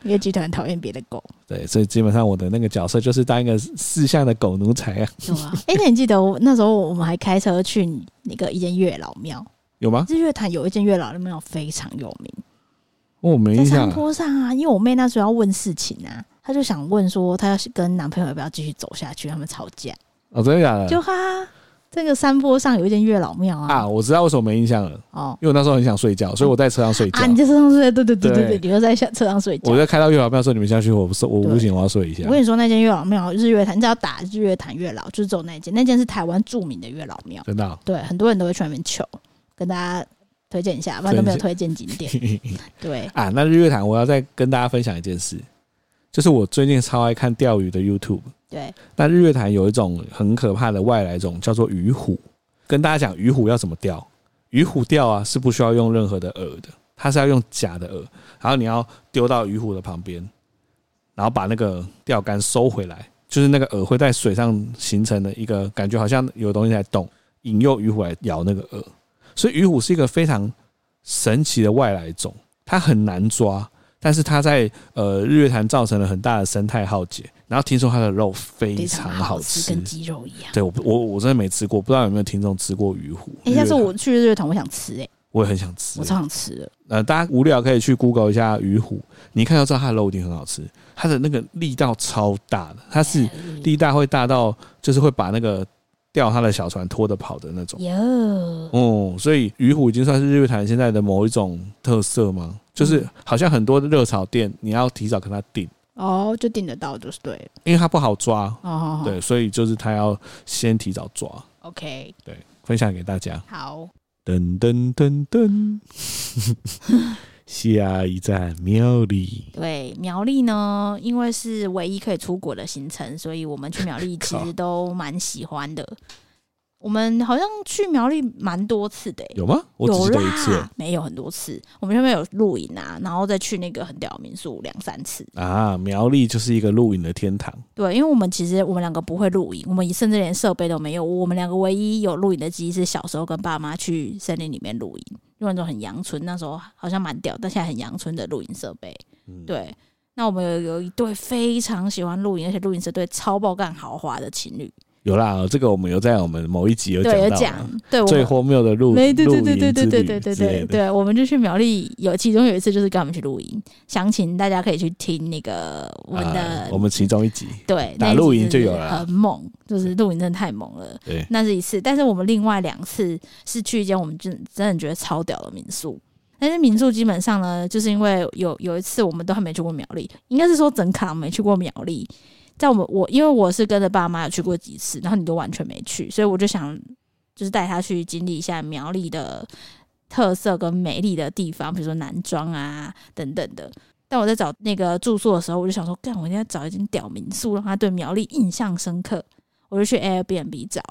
因为鸡腿很讨厌别的狗。对，所以基本上我的那个角色就是当一个四项的狗奴才啊，对啊，哎、那你记得我那时候我们还开车去那个一间月老庙，有吗？日月潭有一间月老庙非常有名。哦我没在印山象啊。坡上啊，因为我妹那时候要问事情啊，她就想问说，她要是跟男朋友要不要继续走下去，他们吵架，哦，真的假的？就哈，这个山坡上有一间月老庙啊，啊，我知道为什么没印象了，哦因为我那时候很想睡觉，所以我在车上睡觉啊，。你在车上睡，对对对对对对，你又在下车上睡觉我。在开到月老庙说你们下去，我不是我不行，我要睡一下我。跟你说，那间月老庙日月潭，你只要打日月潭月老，就是走那间，那间是台湾著名的月老庙，真的啊，对，很多人都会去那边求，跟大家推荐一下，不然都没有推荐景 点。对，啊，那日月潭我要再跟大家分享一件事，就是我最近超爱看钓鱼的 YouTube。对，那日月潭有一种很可怕的外来种，叫做鱼虎。跟大家讲，鱼虎要怎么钓？鱼虎钓啊，是不需要用任何的饵的，它是要用假的饵，然后你要丢到鱼虎的旁边，然后把那个钓竿收回来，就是那个饵会在水上形成的一个感觉，好像有东西在动，引诱鱼虎来咬那个饵。所以鱼虎是一个非常神奇的外来种，它很难抓，但是它在呃日月潭造成了很大的生态浩劫。然后听说它的肉非非常常好好吃，跟鸡肉一样。对我不我我真的没吃过，不知道有没有听众吃过鱼虎。哎、下日次月我潭去日月潭，我想吃、哎，我也很想吃我。超想吃的。呃，大家无聊可以去 Google 一下鱼虎，你一看就知道它的肉一定很好吃，它的那个力道超大的，它哎是力大会大到就是会把那个钓它的小船拖着跑的那种。哟，哦，所以鱼虎已经算是日月潭现在的某一种特色吗？嗯就是好像很多的热炒店，你要提早跟他订，哦，就订得到就是对了。因为它不好抓，哦，对，所以就是他要先提早抓。 ，OK，对，分享给大家。好，噔噔噔噔，下一站庙里。对，苗栗呢，因为是唯一可以出国的行程，所以我们去苗栗其靠实都蛮喜欢的。我们好像去苗栗蛮多次的、欸，有吗？我只记得一次啦，没有很多次。我们那边有露营啊，然后再去那个很屌的民宿两三次。啊！苗栗就是一个露营的天堂，对，因为我们其实我们两个不会露营，我们甚至连设备都没有。我们两个唯一有露营的记忆是小时候跟爸妈去森林里面露营，用那种很阳春，那时候好像蛮屌，但现在很阳春的露营设备。嗯对，那我们有有一对非常喜欢露营，而且露营设备超爆干豪华的情侣，有啦，这个我们有在我们某一集有对，有到讲啊，对，我最们荒谬的露没对露对营之对对对对旅对对之类对的对，我们就去苗栗有，其中有一次就是跟他们去露营，详情大家可以去听那个我们的、啊我们其中一集对打那一集露营真就有是了啦很猛，就是露营真的太猛了。对那是一次，但是我们另外两次是去一间我们真真的觉得超屌的民宿。但是民宿基本上呢，就是因为有有一次我们都还没去过苗栗，应该是说整卡没去过苗栗，在我们我因为我是跟着爸妈有去过几次，然后你都完全没去，所以我就想就是带他去经历一下苗栗的特色跟美丽的地方，比如说南庄啊等等的。但我在找那个住宿的时候，我就想说，干，我一定要找一间屌民宿，让他对苗栗印象深刻。我就去 Airbnb 找。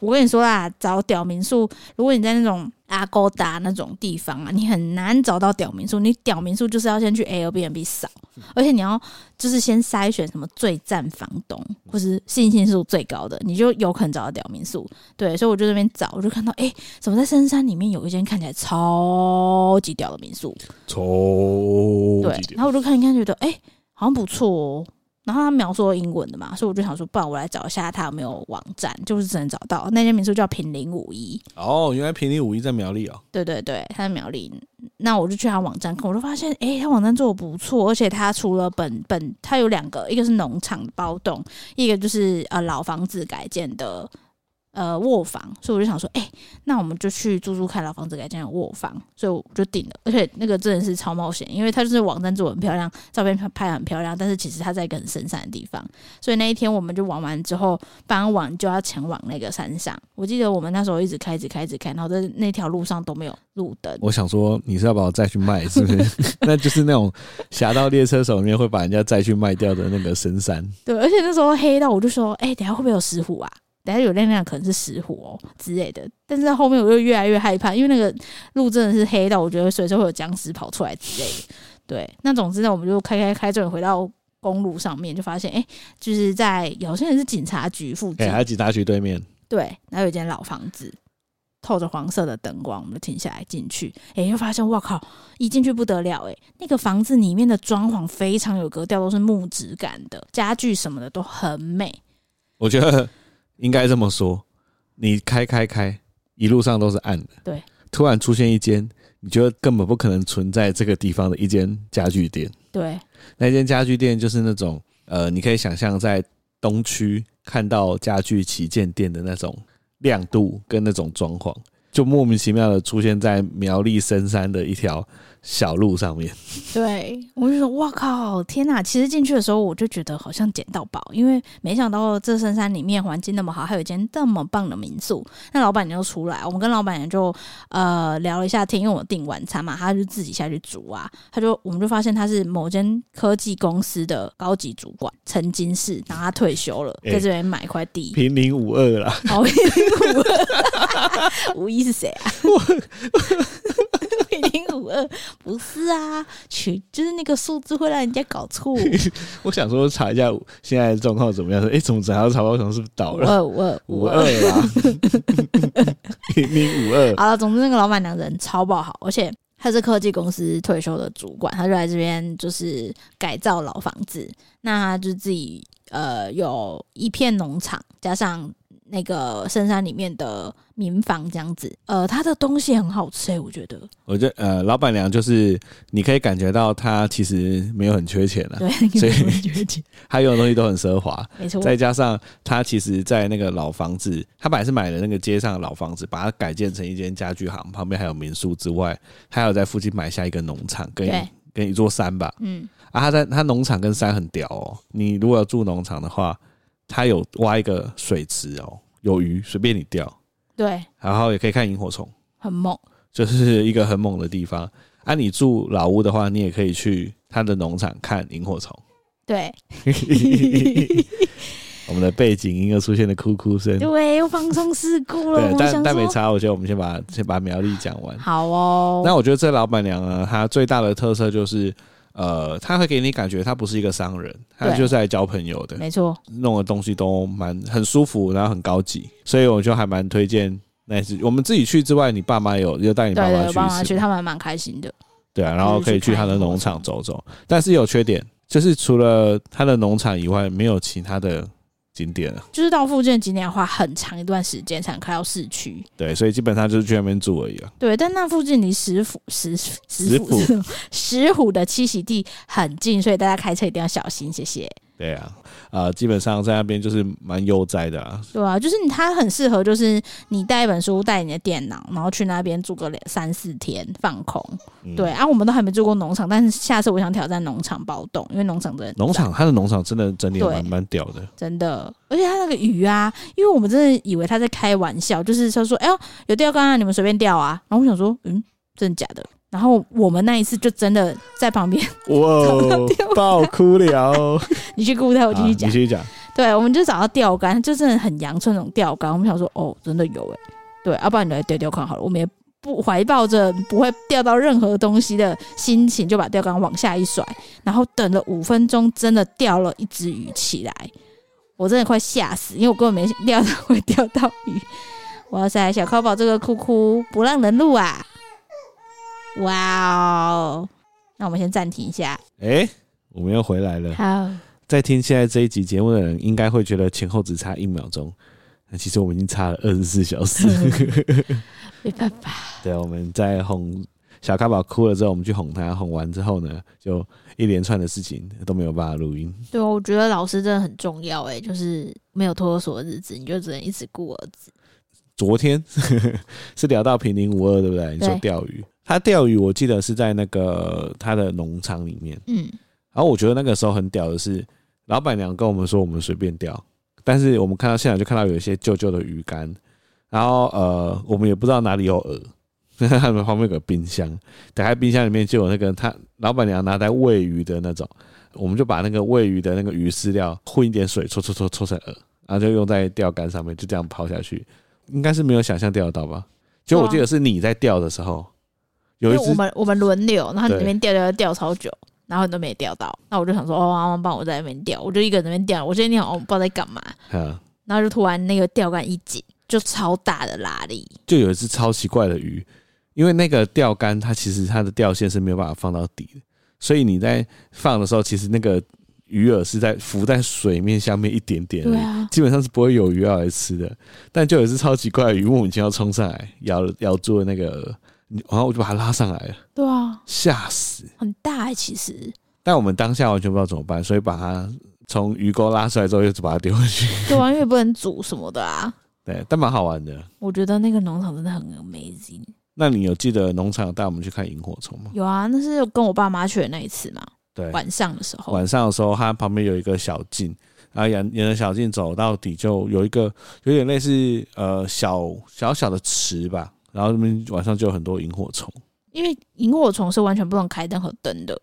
我跟你说啦，找屌民宿，如果你在那种阿勾达那种地方啊，你很难找到屌民宿。你屌民宿就是要先去 Airbnb 扫，而且你要就是先筛选什么最赞房东，或是信心数最高的，你就有可能找到屌民宿。对，所以我就这边找，我就看到，诶，怎么在深山里面有一间看起来超级屌的民宿？超对级，屌然后我就看一看，觉得哎、诶好像不错哦。然后他描述了英文的嘛，所以我就想说，不然我来找一下他有没有网站，就是只能找到那间民宿叫平林五一，哦，原来平地五一在苗栗哦，对对对，他在苗栗。那我就去他网站看，我就发现，哎、他网站做的不错，而且他除了本本，他有两个，一个是农场包栋，一个就是呃老房子改建的呃卧房，所以我就想说，哎、那我们就去住住看老房子改建的卧房，所以我就定了。而且那个真的是超冒险，因为它就是网站做的很漂亮，照片拍拍得很漂亮，但是其实它在一个很深山的地方，所以那一天我们就玩完之后，傍晚就要前往那个山上。我记得我们那时候一直开，一直开，一直开，然后在那条路上都没有路灯。我想说你是要把我再去卖，是不 是？那就是那种侠盗猎车手里面会把人家再去卖掉的那个神山，对，而且那时候黑到我就说，哎、等一下会不会有石虎啊？等一下有亮亮可能是石虎哦之类的。但是后面我又越来越害怕，因为那个路真的是黑到，我觉得随时会有僵尸跑出来之 类的。对，那总之呢，我们就开开开，终于回到公路上面，就发现哎、就是在好像也是警察局附哎、近，还有警察局对面，对，然后有一间老房子，透着黄色的灯光，我们就停下来进去，诶，就发现哇靠，一进去不得了，诶，那个房子里面的装潢非常有格调，都是木质感的，家具什么的都很美。我觉得应该这么说，你开开开，一路上都是暗的，对，突然出现一间你觉得根本不可能存在这个地方的一间家具店，对，那间家具店就是那种呃，你可以想象在东区看到家具旗舰店的那种亮度跟那种装潢，就莫名其妙的出现在苗栗深山的一条小路上面。对，我就说哇靠，天哪！其实进去的时候，我就觉得好像捡到宝，因为没想到这深山里面环境那么好，还有一间这么棒的民宿。那老板娘就出来，我们跟老板娘就呃聊了一下天，因为我订晚餐嘛，她就自己下去煮啊。她就我们就发现她是某间科技公司的高级主管，曾经是，然后她退休了，哎在这边买一块地，平零五二啦，好一零五 二，五一是谁啊？ 五零五二不是啊，取就是那个数字会让人家搞 错。我想说查一下现在的状况怎么样？哎、怎么查到查到城是不是倒五了？二五二五二。啦， 平零五二。好了，总之那个老板娘人超爆好，而且她是科技公司退休的主管，她就来这边就是改造老房子。那她就自己呃有一片农场，加上那个深山里面的民房这样子。呃，她的东西很好吃、欸，我觉得。我觉得呃，老板娘就是你可以感觉到她其实没有很缺钱啊，对，所以我觉得她用的东西都很奢华，没错。再加上他其实，在那个老房子，他本来是买了那个街上的老房子，把它改建成一间家具行，旁边还有民宿之外，他还有在附近买下一个农场跟对跟一座山吧。嗯，啊，他在他农场跟山很屌哦。你如果要住农场的话，他有挖一个水池哦，有鱼随便你钓，对，然后也可以看萤火虫，很猛。就是一个很猛的地方。啊，你住老屋的话，你也可以去他的农场看萤火 虫。对，我们的背景音又出现了哭哭声。对，又放松事故了。对我，但想但没说，差，我觉得我们先把先把苗栗讲完。好哦。那我觉得这老板娘呢，她最大的特色就是，呃，她会给你感觉她不是一个商人，她对就是来交朋友的，没错，弄的东西都蛮很舒服，然后很高级，所以我就还蛮推荐那一次。我们自己去之外，你爸妈有有带你对爸对，我爸妈妈去一去，次，他们还蛮开心的。对啊，然后可以去她的农场走走，但是有缺点，就是除了她的农场以外，没有其他的景点啊了。就是到附近的景点要花很长一段时间才能开到市区。对，所以基本上就是去那边住而已啊了。对，但那附近离石虎、石 石虎、石虎的栖息地很近，所以大家开车一定要小心，谢谢。对啊，呃，基本上在那边就是蛮悠哉的啊。对啊，就是你它很适合，就是你带一本书，带你的电脑，然后去那边住个两三四天，放空。嗯对，啊，我们都还没住过农场，但是下次我想挑战农场暴动，因为农场真的农场它的农场真的整理得对蛮蛮屌的，真的，而且它那个鱼啊，因为我们真的以为他在开玩笑，就是他说：“哎呦，有钓竿啊，你们随便钓啊。”然后我想说：“嗯，真的假的？”然后我们那一次就真的在旁边， 哇 哦，爆哭 了！你去顾他，我继续啊讲。你继续讲，对，我们就找到钓竿，就真的很阳春那种钓竿。我们想说：“哦，真的有哎、对，要、不然你来钓钓看好了。”我们也不怀抱着不会钓到任何东西的心情，就把钓竿往下一甩，然后等了五分钟，真的钓了一只鱼起来，我真的快吓死，因为我根本没料到会钓到鱼。哇塞，小靠宝这个哭哭不让人录啊！哇哦，那我们先暂停一下。哎，我们又回来了。好，在听现在这一集节目的人，应该会觉得前后只差一秒钟，那其实我们已经差了二十四小 时。没办法，对，我们在哄小咖宝哭了之后，我们去哄他，哄完之后呢，就一连串的事情都没有办法录音。对啊，我觉得老师真的很重要哎、就是没有托儿所的日子，你就只能一直顾儿子。昨天 是聊到平林五二，对不对？你说对钓鱼，他钓鱼，我记得是在那个他的农场里面。嗯，然后我觉得那个时候很屌的是，老板娘跟我们说我们随便钓，但是我们看到现场就看到有一些旧旧的鱼竿，然后呃，我们也不知道哪里有饵， 他们旁边有个冰箱，打开冰箱里面就有那个他老板娘拿来喂鱼的那种，我们就把那个喂鱼的那个鱼饲料混一点水搓搓搓搓成饵，然后就用在钓竿上面，就这样抛下去，应该是没有想象钓得到吧？就我记得是你在钓的时候，啊因有一为只我们我们轮流，然后你对那边钓钓钓超久，然后你都没钓到，那我就想说哦，妈妈帮我在那边钓，我就一个人在那边钓，我今天好像不知道在干嘛，啊，然后就突然那个钓竿一紧，就超大的拉力，就有一只超奇怪的鱼，因为那个钓竿它其实它的钓线是没有办法放到底的，所以你在放的时候，其实那个鱼饵是在浮在水面下面一点点而已，对啊基本上是不会有鱼要来吃的。但就有一只超奇怪的鱼莫名其妙冲上来，咬了咬住了那个饵，然后我就把它拉上来了，对啊，吓死！很大、欸、其实，但我们当下完全不知道怎么办，所以把它从鱼钩拉出来之后，又把它丢回去。对啊，因为不能煮什么的啊。对，但蛮好玩的。我觉得那个农场真的很 amazing。那你有记得农场有带我们去看萤火虫吗？有啊，那是跟我爸妈去的那一次嘛，对，晚上的时候。晚上的时候，它旁边有一个小径，然后沿沿着小径走到底，就有一个有点类似呃小小小的池吧，然后那边晚上就有很多萤火虫。因为萤火虫是完全不能开灯和灯的，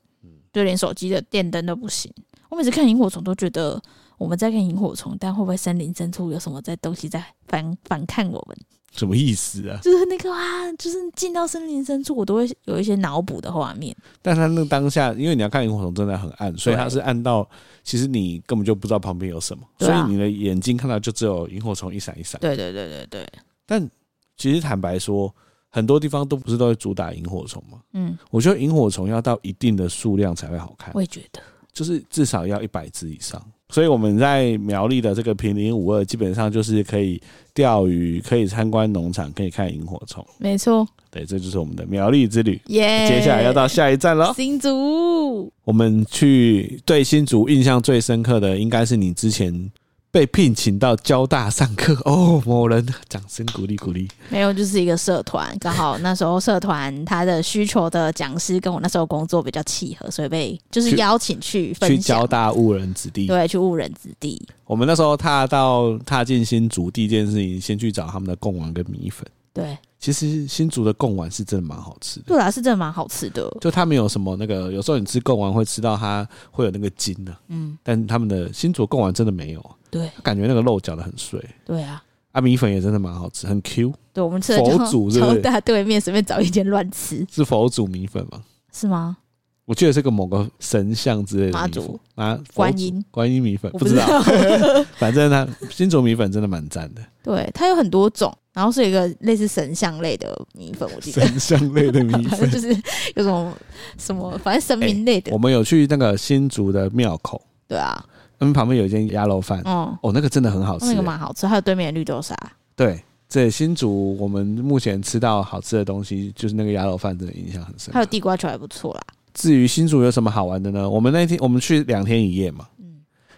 就连手机的电灯都不行。我每次看萤火虫都觉得我们在看萤火虫，但会不会森林深处有什么在东西在反反抗我们？什么意思啊？就是那个啊，就是进到森林深处，我都会有一些脑补的画面。 但它那当下，因为你要看萤火虫真的很暗，所以对它是暗到其实你根本就不知道旁边有什么，对所啊以你的眼睛看到就只有萤火虫一闪一闪。对对对对对，但其实坦白说，很多地方都不是都会主打萤火虫嘛。嗯，我觉得萤火虫要到一定的数量才会好看。我也觉得，就是至少要一百只以上。所以我们在苗栗的这个平林五二，基本上就是可以钓鱼，可以参观农场，可以看萤火虫。没错，对，这就是我们的苗栗之旅。耶、接下来要到下一站了，新竹，我们去对新竹印象最深刻的，应该是你之前被聘请到交大上课哦，某人掌声鼓励鼓励。没有就是一个社团，刚好那时候社团他的需求的讲师跟我那时候工作比较契合，所以被就是去邀请去去分交享，大误人子弟，对，去误人子弟。我们那时候踏到踏进新竹第一件事情，先去找他们的贡丸跟米粉。对，其实新竹的贡丸是真的蛮好吃的。对啦，啊是真的蛮好吃的。就它没有什么那个，有时候你吃贡丸会吃到它会有那个筋的、嗯，但他们的新竹贡丸真的没有，对感觉那个肉搅的很碎。对啊，啊，米粉也真的蛮好吃，很 Q，对我们吃的佛就祖是不超是大对面随便找一间乱吃，是佛祖米粉吗？是吗？我记得是个某个神像之类的妈米粉祖妈佛祖观音观音米粉，我呃不知道， 道。 反正它新竹米粉真的蛮赞的，对，它有很多种，然后是有一个类似神像类的米粉，我记得，神像类的米反正 粉。哎就是有什么什么，反正神明类的我。们有去那个新竹的庙口，对啊，他们旁边有一间鸭肉饭，嗯，哦，那个真的很好吃、那个蛮好吃，还有对面的绿豆沙。对，这新竹我们目前吃到好吃的东西，就是那个鸭肉饭，真的印象很深还刻。有地瓜球还不错啦。至于新竹有什么好玩的呢？我们那天我们去两天一夜嘛，嗯，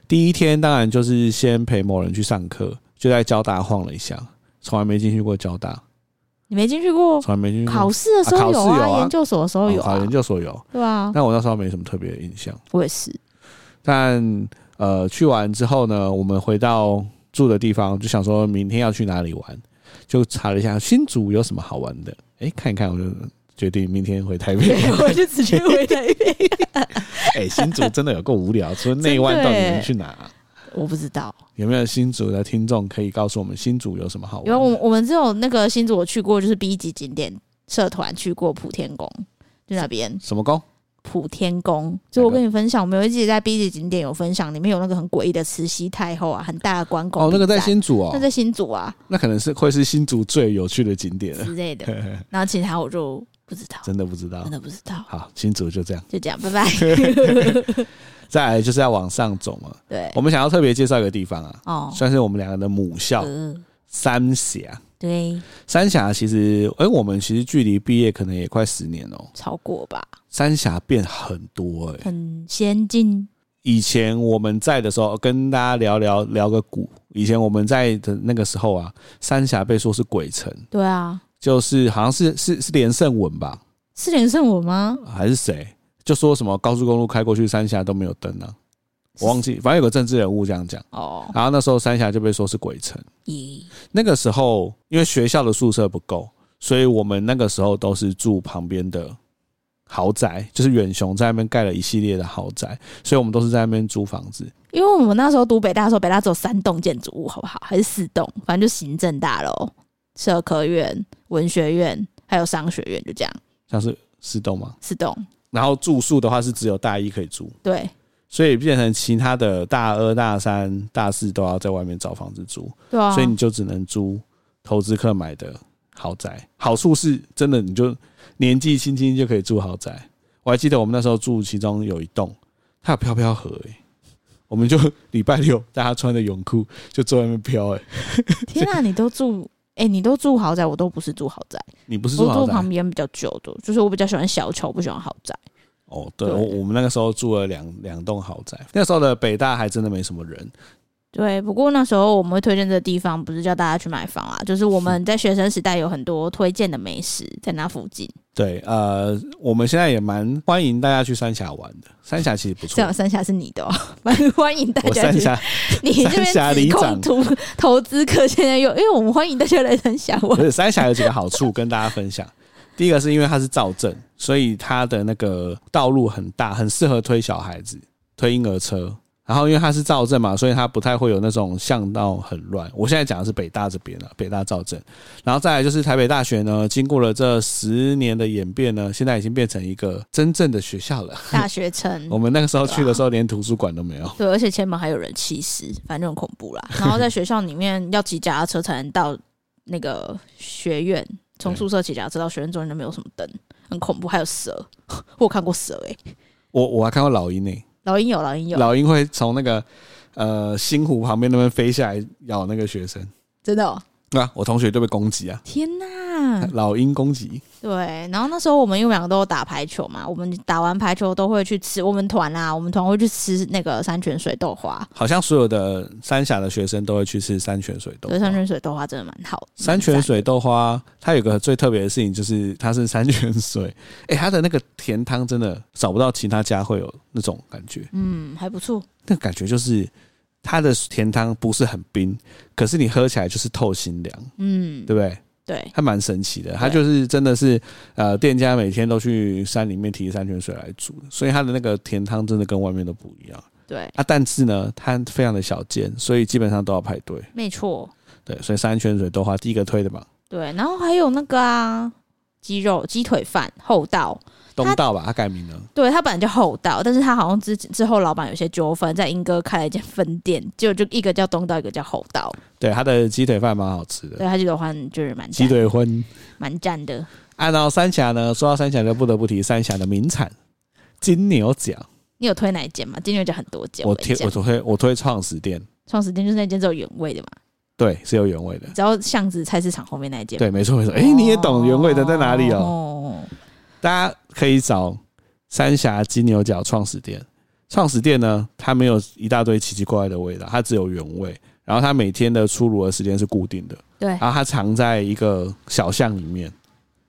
第一天当然就是先陪某人去上课，就在交大晃了一下，从来没进去过交大，你没进去过？从来没进去过。哦考试的时啊考候试有有啊研究所的时候有哦考啊研，究所有，对啊，但我那时候没什么特别的印象。我 也是。但呃，去完之后呢，我们回到住的地方，就想说明天要去哪里玩，就查了一下新竹有什么好玩的。诶，看一看，我就决定明天回台 北。我就直接回台北。哎、新竹真的有够无聊，除了内湾，真到的底耶能去哪、我不知道，有没有新竹的听众可以告诉我们新竹有什么好玩的？因为我我们只有那个新竹我去过，就是 B 级景点社团去过普天宫，就那边什么宫？普天宫。就我跟你分享，我们有一集在 B 级景点有分享，里面有那个很诡异的慈禧太后啊，很大的关公哦，那个在比赛新竹哦那，在新 竹啊那可能是会是新竹最有趣的景点了，之类的，然后其他我就不知道， 真的不知道真。的不知道，好，新竹就这样，就这样，拜 拜。再来就是要往上走嘛。对，我们想要特别介绍一个地方啊，哦，算是我们两个的母校呃，三峡。对，三峡其实，哎、我们其实距离毕业可能也快十年哦、超过吧，三峡变很多哎、很先进，以前我们在的时候，跟大家聊聊聊个股。以前我们在的那个时候啊，三峡被说是鬼城，对啊，就是好像是是是连胜文吧，是连胜文吗？还是谁？就说什么高速公路开过去三峡都没有灯啊，我忘记，反正有个政治人物这样讲。哦，然后那时候三峡就被说是鬼城。咦，那个时候因为学校的宿舍不够，所以我们那个时候都是住旁边的豪宅，就是远雄在那边盖了一系列的豪宅，所以我们都是在那边租房子。因为我们那时候读北大的时候，北大只有三栋建筑物，好不好？还是四栋？反正就行政大楼、社科院、文学院，还有商学院，就这样像是四栋嘛。四栋。然后住宿的话是只有大一可以住，对，所以变成其他的大二、大三、大四都要在外面找房子住，对啊，所以你就只能租投资客买的豪宅。好处是真的，你就年纪轻轻就可以住豪宅。我还记得我们那时候住其中有一栋，它有飘飘河、欸，我们就礼拜六大家穿着泳裤就坐在那边飘，哎，天啊，你都住。哎、你都住豪宅，我都不是住豪宅，你不是住我豪住宅旁？边比较久的，就是我比较喜欢小球，不喜欢豪宅。哦，对，对我我们那个时候住了两两栋豪宅，那时候的北大还真的没什么人，对，不过那时候我们会推荐这个地方，不是叫大家去买房啊，就是我们在学生时代有很多推荐的美食在那附近，对，呃，我们现在也蛮欢迎大家去三峡玩的，三峡其实不这错样。三峡是你的、哦， 蛮欢迎大我家三去。峡，你三峡这边里指长控投投资客现在又，因为我们欢迎大家来三峡不 玩，是三峡有几个好处跟大家分享。第一个是因为它是造镇，所以它的那个道路很大，很适合推小孩子、推婴儿车。然后因为它是造镇嘛，所以它不太会有那种巷道很乱。我现在讲的是北大这边了，啊北大造镇。然后再来就是台北大学呢，经过了这十年的演变呢，现在已经变成一个真正的学校了。大学城我。们那个时候去的时候，连图书馆都没有。对，而且前门还有人气死，反正很恐怖 啦。然后在学校里面要骑脚踏车才能到那个学院，从对宿舍骑脚踏车到学院中间都没有什么灯，很恐怖。还有蛇， 我有看过蛇诶、我我还看过老鹰呢、老鹰有，老鹰有，老鹰会从那个呃星湖旁边那边飞下来咬那个学生。真的哦、啊，我同学就被攻击啊，天 呐！老鹰攻击，对，然后那时候我们因为我们两个都有打排球嘛，我们打完排球都会去吃，我们团啊，我们团会去吃那个山泉水豆花。好像所有的三峡的学生都会去吃山泉水豆对，山花。泉水豆花真的蛮好的。山泉水豆花，它有个最特别的事情，就是它是山泉水， 诶，它的那个甜汤真的找不到其他家会有那种感觉，嗯，还不错。那感觉就是它的甜汤不是很冰，可是你喝起来就是透心凉，嗯，对不对？对，它蛮神奇的，它就是真的是呃，店家每天都去山里面提山泉水来煮，所以它的那个甜汤真的跟外面都不一样。对，啊，但是呢，它非常的小间，所以基本上都要排队。没错，对，所以山泉水豆花第一个推的嘛，对。然后还有那个啊，鸡肉鸡腿饭厚道，东道吧，它改名了。对，它本来叫厚道，但是它好像之之后老板有些纠纷，在英哥开了一间分店，结果就一个叫东道，一个叫厚道。对，它的鸡腿饭蛮好吃的，对，他鸡腿饭就是蛮鸡赞，腿荤。蛮赞的。按照三峡呢，说到三峡就不得不提三峡的名产金牛角。你有推哪一间吗？今天有讲很多间，我跟推你讲我推我推创始店，创始店就是那间只有原味的嘛，对，是有原味的。只要巷子菜市场后面那一间。对，没错没错。哎、你也懂原味的在哪里哦？哦大家可以找三峡金牛角创始店。创始店呢，它没有一大堆奇奇怪怪的味道，它只有原味。然后它每天的出炉的时间是固定的，对然后它藏在一个小巷里面，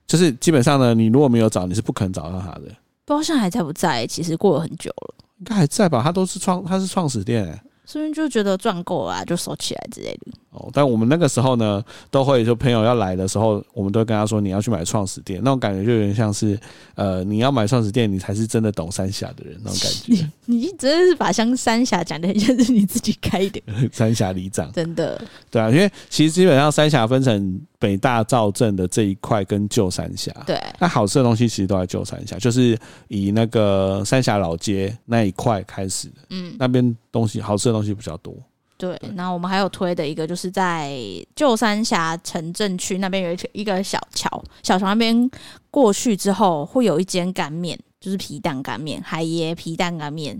就是基本上呢，你如果没有找，你是不可能找到它的。不知道现在还在不在，其实过了很久了，应该还在吧？它都是创，它是创始店、欸。所以就觉得赚够了啊、就收起来之类的。哦，但我们那个时候呢，都会就朋友要来的时候，我们都会跟他说你要去买创始店，那种感觉就有点像是，呃，你要买创始店，你才是真的懂三峡的人那种 感觉。你真是把香三峡讲的 很像是你自己开的， 三峡里长，真的。对啊，因为其实基本上三峡分成北大造镇的这一块跟旧三峡，对，那好吃的东西其实都在旧三峡，就是以那个三峡老街那一块开始的，嗯，那边东西好吃的东西比较多。对。然后我们还有推的一个，就是在旧三峡城镇区那边有一个一个小桥，小桥那边过去之后会有一间干面，就是皮蛋干面，海爷皮蛋干面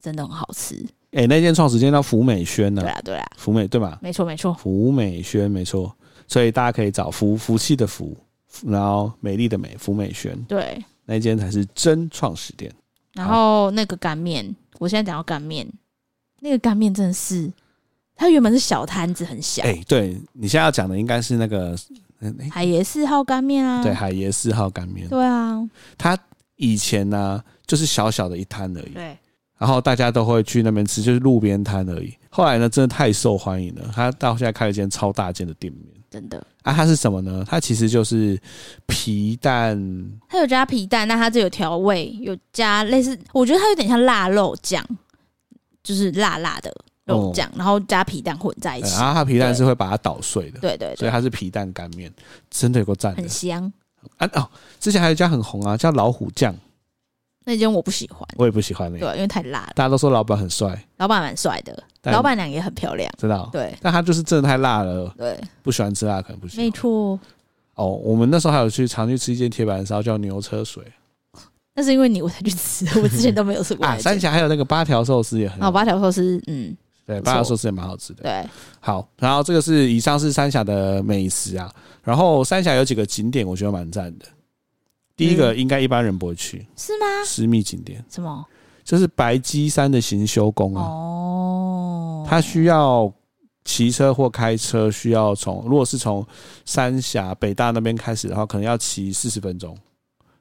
真的很好吃。哎、那间创始店叫福美轩呢、对啊，对啊，福美对吧？没错没错。福美轩没错，所以大家可以找福福气的福，然后美丽的美，福美轩对，那间才是真创始店。然后那个干面，我现在讲到干面，那个干面真的是，它原本是小摊子，很小，哎、对你现在要讲的应该是那个，嗯哎海爷四号干面啊，对海爷四号干面，对啊，它以前呢、就是小小的一摊而已，对，然后大家都会去那边吃，就是路边摊而已。后来呢，真的太受欢迎了，它到现在开了一间超大间的店面。真的。啊，它是什么呢？它其实就是皮蛋，它有加皮蛋，但它这有调味，有加类似，我觉得它有点像腊肉酱，就是辣辣的哦肉酱，然后加皮蛋混在一呃起，然后它皮蛋对是会把它捣碎的，对对所以对，它是皮蛋干面，真的有个赞的很香。啊哦！之前还有一家很红啊，叫老虎酱，那间我不喜欢，我也不喜欢那对个。，因为太辣了，大家都说老板很帅，老板蛮帅的，但老板娘也很漂亮，知道，对但他就是真的太辣了，对，不喜欢吃辣可能不喜没欢。错。哦，我们那时候还有去常去吃一间铁板烧，叫牛车水那是因为你我才 去吃，我之前都没有吃过啊。哦那间三峡还有那个八条寿司也很然后好，八条寿司，嗯，对，错八条寿司也蛮好吃的。对，好，然后这个是以上是三峡的美食啊，然后三峡有几个景点我觉得蛮赞的。第一嗯个应该一般人不会去，是吗？私密景点什么？就是白鸡山的行修宫啊。哦，他需要骑车或开车，需要从如果是从三峡北大那边开始的话，可能要骑四十分钟，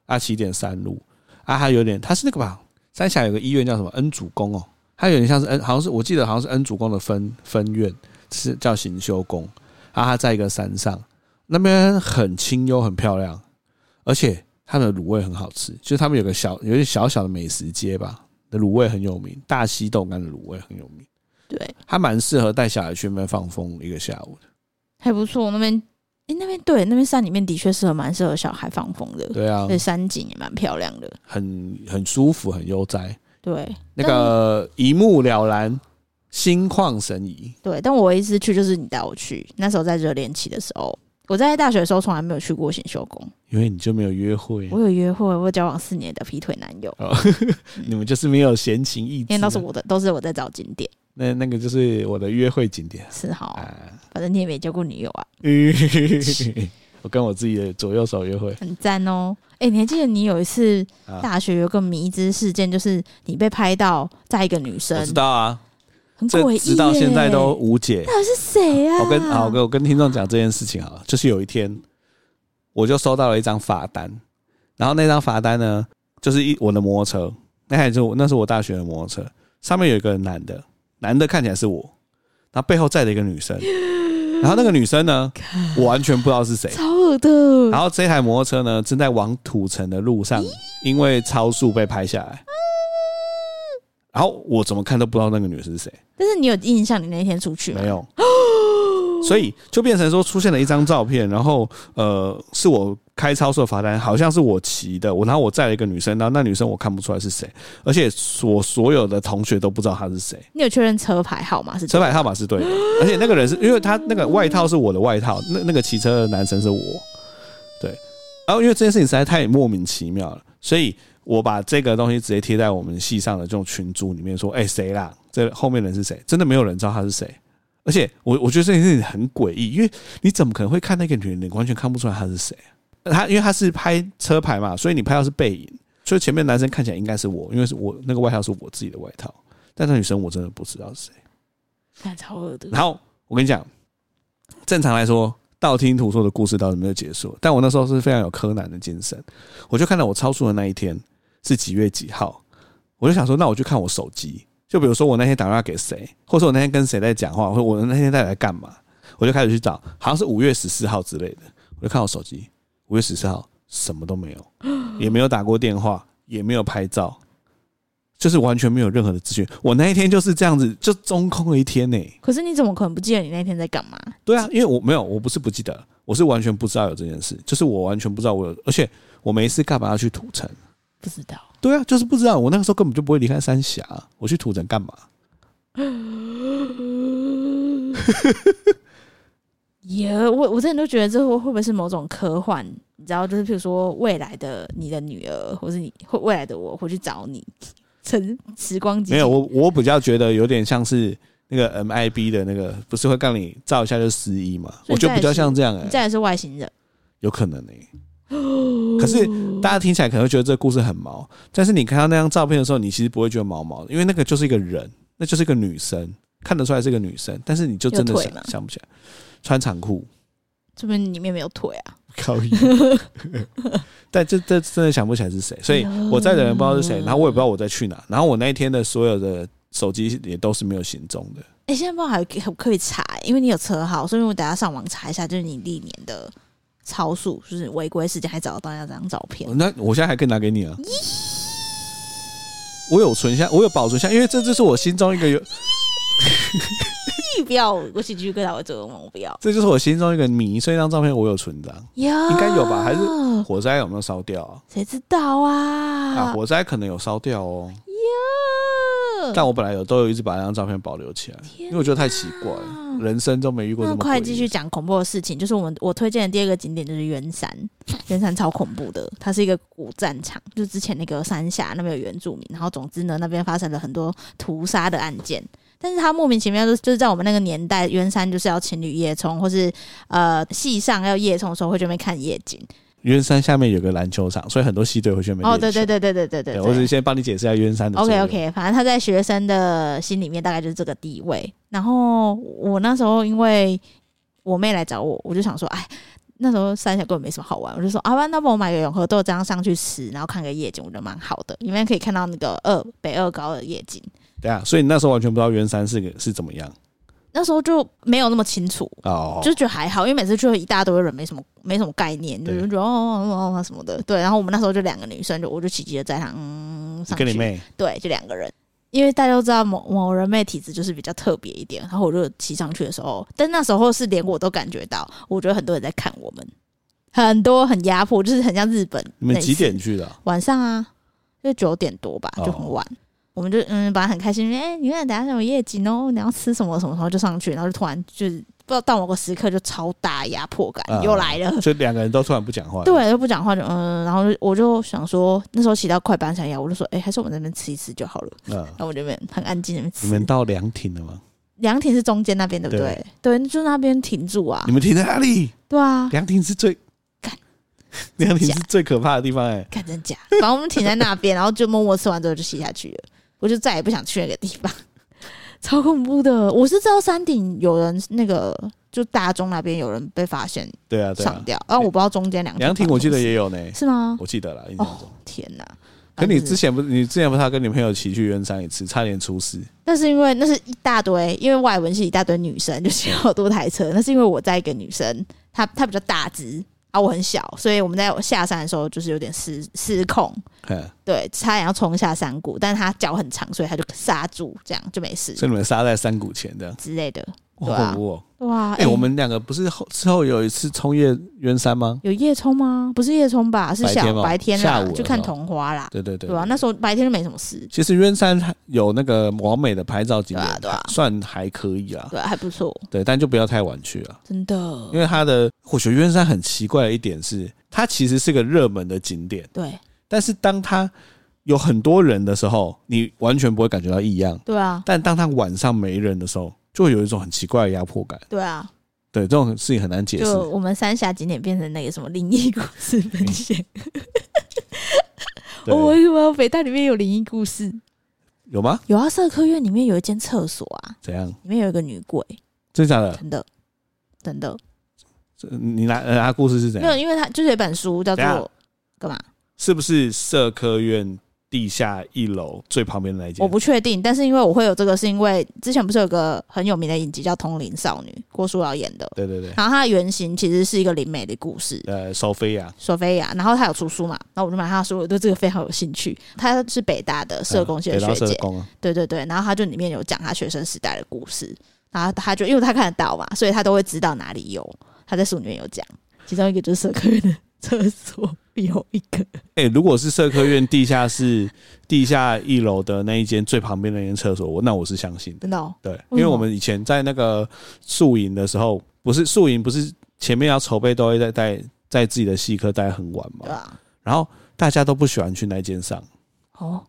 啊，骑一点山路，啊，还有点，他是那个吧，三峡有个医院叫什么恩主公哦，它有点像是恩，好像是我记得好像是恩主公的分分院，是叫行修宫，啊，它在一个山上，那边很清幽，很漂亮，而且它的卤味很好吃，就是他们有个小有点小小的美食街吧，的卤味很有名，大溪豆干的卤味很有名。对，它蛮适合带小孩去那边放风一个下午的。还不错。那边，诶，那边对，那边山里面的确适合，蛮适合小孩放风的。对啊嗯对，，山景也蛮漂亮的。很很舒服，很悠哉。对，那个一目了然，心旷神怡。对，但我一次去就是你带我去，那时候在热恋期的时候，我在大学的时候从来没有去过显修宫。因为你就没有约会，我有约会，我有交往四年的劈腿男友，哦你们就是没有闲情逸致因为啊。都是我的，都是我在找景点。那那个就是我的约会景点是好，啊。反正你也没交过女友啊， 我跟我自己的左右手约会很赞哦。诶，你还记得你有一次啊，大学有个迷之事件，就是你被拍到在一个女生我，知道啊，很诡异这耶，直到现在都无解。到底是谁啊？我跟好，我跟我跟听众讲这件事情好了，就是有一天，我就收到了一张罚单，然后那张罚单呢，就是一我的摩托车，那台是我那是我大学的摩托车，上面有一个男的，男的看起来是我，然后背后载着一个女生，然后那个女生 呢，我完全不知道是谁。超恶的，然后这台摩托车呢，正在往土城的路上，因为超速被拍下来。然后我怎么看都不知道那个女生是谁。但是你有印象你那天出去吗？没有。 所以就变成说出现了一张照片，然后呃，是我开超速的罚单，好像是我骑的，我然后我载了一个女生，然后那女生我看不出来是谁，而且我所有的同学都不知道她是谁，你有确认车牌号码是车对的牌号码是对的，而且那个人是因为他那个外套是我的外套，那那个骑车的男生是我，对，然后因为这件事情实在太莫名其妙了，所以我把这个东西直接贴在我们系上的这种群组里面说，哎、谁啦？这后面人是谁？真的没有人知道他是谁。而且我我觉得这件事情很诡异，因为你怎么可能会看那个女人，你完全看不出来她是谁啊？她因为她是拍车牌嘛，所以你拍到是背影，所以前面男生看起来应该是我，因为是我那个外套是我自己的外套，但那女生我真的不知道是谁。看超恶的。然后我跟你讲，正常来说，道听途说的故事到这边就结束了。但我那时候是非常有柯南的精神，我就看到我超速的那一天是几月几号，我就想说，那我就看我手机，就比如说我那天打电话给谁，或者我那天跟谁在讲话，或者我那天在来干嘛，我就开始去找，好像是五月十四号之类的，我就看我手机，五月十四号什么都没有，也没有打过电话，也没有拍照。就是完全没有任何的资讯，我那一天就是这样子，就中空了一天呢、可是你怎么可能不记得你那天在干嘛？对啊，因为我没有，我不是不记得，我是完全不知道有这件事，就是我完全不知道我有，而且我没事干嘛要去土城？不知道，对啊，就是不知道，我那个时候根本就不会离开三峡，我去土城干嘛？ 耶、我我之前都觉得这会会不会是某种科幻？你知道，就是譬如说未来的你的女儿，或是你或未来的我会去找你，乘时光机没有，我我比较觉得有点像是那个 MIB 的那个，不是会让你照一下就失忆嘛？所以我觉得比较像这样哎、你再来是外星人，有可能哎、可是大家听起来可能会觉得这个故事很毛，但是你看到那张照片的时候，你其实不会觉得毛毛的，因为那个就是一个人，那就是一个女生，看得出来是一个女生，但是你就真的有腿吗想想不起来，穿长裤。这边里面没有腿啊，靠腰 但这这真的想不起来是谁，所以我在的人不知道是谁，然后我也不知道我在去哪，然后我那一天的所有的手机也都是没有行踪的。哎、现在不知道还可可以查、欸因为你有车号，所以我等下上网查一下，就是你历年的超速，就是违规事件，还找得到那张照片。哦那我现在还可以拿给你啊，我有存下，我有保存下，因为这就是我心中一个有，你不要，我起鸡皮疙瘩，我做噩梦，我不要。这就是我心中一个谜，所以那张照片我有存档。应该有吧还是火灾有没有烧掉啊？谁知道啊？嗯啊，火灾可能有烧掉哦，呀，但我本来有都有一直把那张照片保留起来，因为我觉得太奇怪了，人生都没遇过这那么快诡异继续讲恐怖的事情，就是我们我推荐的第二个景点就是 圆山，圆山超恐怖的，它是一个古战场，就之前那个三峡那边有原住民，然后总之呢那边发生了很多屠杀的案件，但是它莫名其妙就是就是在我们那个年代，圆山就是要情侣夜冲，或是呃戏上要夜冲的时候会去那边看夜景。渊山下面有个篮球场，所以很多西队会去那边哦，练对对球对对对对对对我只对是先帮你解释一下渊山的作用。 OK OK，反正他在学生的心里面大概就是这个地位。然后我那时候因为我妹来找我，我就想说，哎，那时候三峡根本没什么好玩，我就说，啊，那不然我买个永和豆浆上去吃，然后看个夜景，我觉得蛮好的，里面可以看到那个二北二高的夜景。对啊，所以你那时候完全不知道渊山是个是怎么样那时候就没有那么清楚，哦。就觉得还好，因为每次去一大堆人，没什么没什么概念，就对是觉得哦哦哦哦什么的。对，然后我们那时候就两个女生，就我就奇迹的在她嗯上去跟你妹对，就两个人。因为大家都知道某某人妹体质就是比较特别一点，然后我就骑上去的时候，但那时候是连我都感觉到，我觉得很多人在看我们，很多很压迫，就是很像日本你们那一几次点哦去的 啊？晚上啊，就九点多吧，就很晚。我们就嗯，本来很开心，哎、你看等下什么夜景哦，你要吃什么什么，然后就上去，然后就突然就是不知道到某个时刻就超大压迫感、嗯又来了，就两个人都突然不讲话。，对，就不讲话就嗯，然后就我就想说，那时候骑到快半山腰，我就说，哎、还是我们在那边吃一吃就好了。嗯，然后我这边很安静，那边你们吃。到凉亭了吗？凉亭是中间那边，对不对？对，就那边停住啊你。们停在哪里？对啊，凉亭是最干，凉亭是最可怕的地方哎。看真假，反正我们停在那边，然后就默默吃完之后就吸下去了。我就再也不想去那个地方， 超恐怖的。我是知道山顶有人那个，就大钟那边有人被发现对啊，对上啊，吊，然后、我不知道中间两凉亭我记得也有呢，是吗？哦我记得啦，印象中。天哪！可你反正之前不，你之前不是还跟你朋友骑去圆山一次，差点出事。那是因为那是一大堆，因为外文系一大堆女生， 就是有好多台车。那是因为我在一个女生，她她比较大只啊，我很小，所以我们在下山的时候就是有点失失控，嗯，对，差点要冲下山谷，但是她脚很长，所以她就刹住，这样就没事所以你们杀在山谷前这样，之类的。好对啊恐怖哦！哇，哎，我们两个不是后之后有一次冲越圆山吗？有夜冲吗？不是夜冲吧，是白天小吗白天下午啦的时，候就看桐花啦，对对对，对吧、啊？那时候白天就没什么事，其实渊山有那个完美的拍照景点，对啊对啊算还可以啦。对啊、还不错，对，但就不要太晚去了，真的因。为它的我觉得渊山很奇怪的一点是，它其实是个热门的景点，对但是当它有很多人的时候，你完全不会感觉到异样；对啊，但当它晚上没人的时候，就会有一种很奇怪的压迫感。对啊，对，这种事情很难解释。 就我们三峡景点变成那个什么灵异故事分享。嗯对我以为北大里面有灵异故事，有吗？有啊，社科院里面有一间厕所啊，怎样？里面有一个女鬼，真假的？真的，真的这你拿呃，他故事是怎没有，样？因为它就是有一本书叫等一下做干嘛？是不是社科院地下一楼最旁边的那一间？我不确定，但是因为我会有这个，是因为之前不是有个很有名的影集叫《通灵少女》，郭书瑶演的，对对对，然后它的原型其实是一个灵媒的故事。呃，索菲亚，索菲亚，然后她有出书嘛，然后我就买她的书，我对这个非常有兴趣。她是北大的社工系嗯的北大学社姐，工啊，对对对，然后她就里面有讲她学生时代的故事，然后她就因为她看得到嘛，所以她都会知道哪里有，她在书里面有讲，其中一个就是社科院的厕所有一个，哎、如果是社科院地下室、地下一楼的那一间最旁边那间厕所，我那我是相信的。真的、哦，对，因为什么为我们以前在那个宿营的时候，不是宿营，不是前面要筹备都会在在在自己的系科待很晚对嘛，啊，然后大家都不喜欢去那间上。哦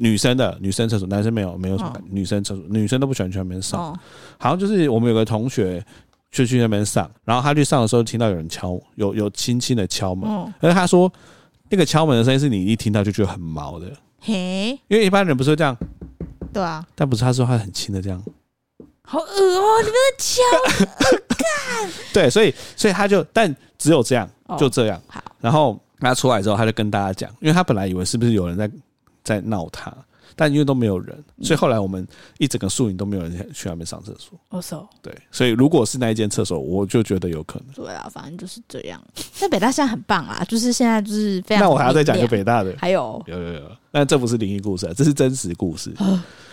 女生的女生厕所，男生没有没有什么感觉、女生厕所，女生都不喜欢去那边上。哦，好像就是我们有个同学就去那边上，然后他去上的时候听到有人敲，有有轻轻的敲门，嗯，而他说那个敲门的声音是你一听到就觉得很毛的，嘿，因为一般人不是会这样，对啊，但不是他说他很轻的这样，好恶哦，你们在 敲，对，所以所以他就但只有这样哦就这样，好，然后他出来之后他就跟大家讲，因为他本来以为是不是有人在在闹他。但因为都没有人，嗯所以后来我们一整个宿营都没有人去那边上厕所。我手。对，所以如果是那一间厕所，我就觉得有可能。对啊，反正就是这样。 但北大现在很棒啊，就是现在就是非常。那我还要再讲一个，北大的，还有有有有，但这不是灵异故事啊，这是真实故 事。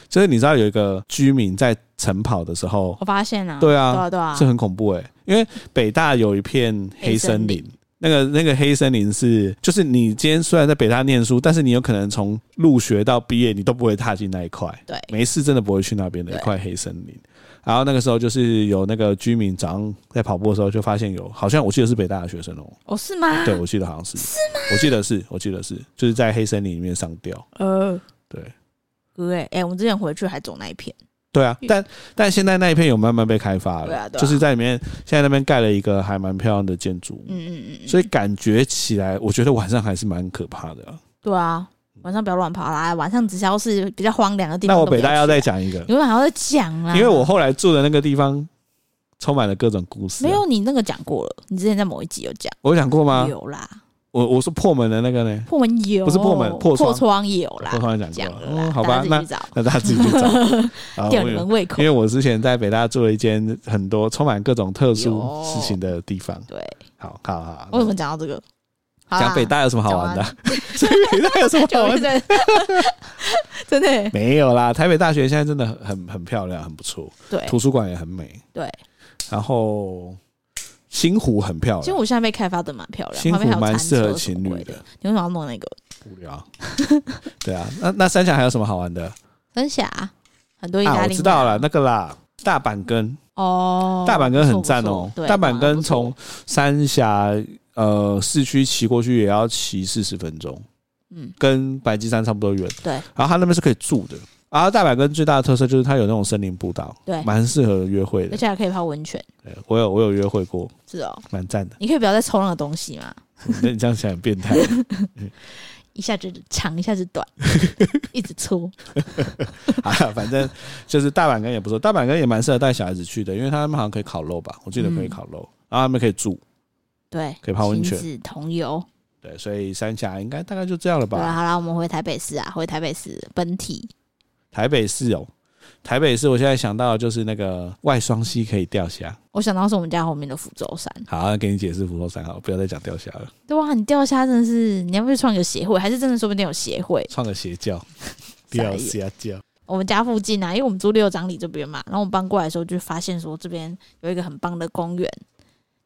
就是你知道有一个居民在晨跑的时候，我发现啊，对对啊，啊对啊是，很恐怖哎、因为北大有一片黑森林。那个那个黑森林是，就是你今天虽然在北大念书，但是你有可能从入学到毕业，你都不会踏进那一块。对没事真的不会去那边的一对块黑森林。然后那个时候就是有那个居民早上在跑步的时候就发现有，好像我记得是北大的学生哦、哦是吗？对，我记得好像是，是吗？我记得是，我记得是，就是在黑森林里面上吊。呃，对，对，哎，我们之前回去还走那一片，对啊嗯，但但现在那一片有慢慢被开发了，对啊对啊就是在里面现在那边盖了一个还蛮漂亮的建筑物，嗯嗯嗯嗯，所以感觉起来，我觉得晚上还是蛮可怕的啊、对啊，晚上不要乱跑啦，晚上只要是比较荒凉的地方，那我北大要再再，讲一个，你为还要啊再讲啦，因为我后来住的那个地方充满了各种故事、啊没，有你那个讲过了，你之前在某一集有讲我有讲过吗？有啦，我我说破门的那个呢，破门有，不是破门破窗破窗有啦我，突然讲讲过了了，啦，嗯，好吧，大家那那自己去大家自己去 找。啊找，我吊你有们胃口因为，我之前在北大住了一间很多充满各种特殊有事情的地方。对，好好好，为什么讲到这个？好啦讲北大有什么好玩的讲 啊？北大有什么好 就玩会的？在，真的耶没有啦，台北大学现在真的很很很漂亮，很不错，对图书馆也很美。对，然后新湖很漂其实亮，我现在被开发的蛮漂亮，新旁湖边还有蛮餐适合车什情么侣鬼的的。，你为什么要弄那个无聊。 对啊，那那三峡还有什么好玩的啊？分享？很多意大利、我知道了，那个啦，大阪根，哦，大阪根很赞不错哦不错对，大阪当然根不错从三峡呃市区骑过去也要骑四十分钟。嗯跟白鸡山差不多远。对然后它那边是可以住的。然后大阪跟最大的特色就是它有那种森林步道，对，蛮适合约会而的。且还可以泡温泉，对我有我有约会过，是哦。。蛮赞的你可以不要再抽那个东西嘛，那你这样想很变态。一下子长一下子 短，一直抽。啊，反正就是大阪根也不错，大阪根也蛮适合带小孩子去的，因为他们好像可以烤肉吧，我记得嗯可以烤肉，然后他们可以住。对，可以泡温泉亲子同游。对，所以三峡应该大概就这样了对啊，吧。好啦，我们回台北市啊，回台北市本体台北市哦，台北市我现在想到的就是那个外双溪可以钓虾。我想到是我们家后面的福州山。好，那给你解释福州山好了，不要再讲钓虾了，对啊，你钓虾真的是，你要不去创个协会，还是真的说不定有协会。创个邪教， 傻钓眼虾教。我们家附近啊，因为我们住六张里这边嘛，然后我们搬过来的时候就发现说这边有一个很棒的公园，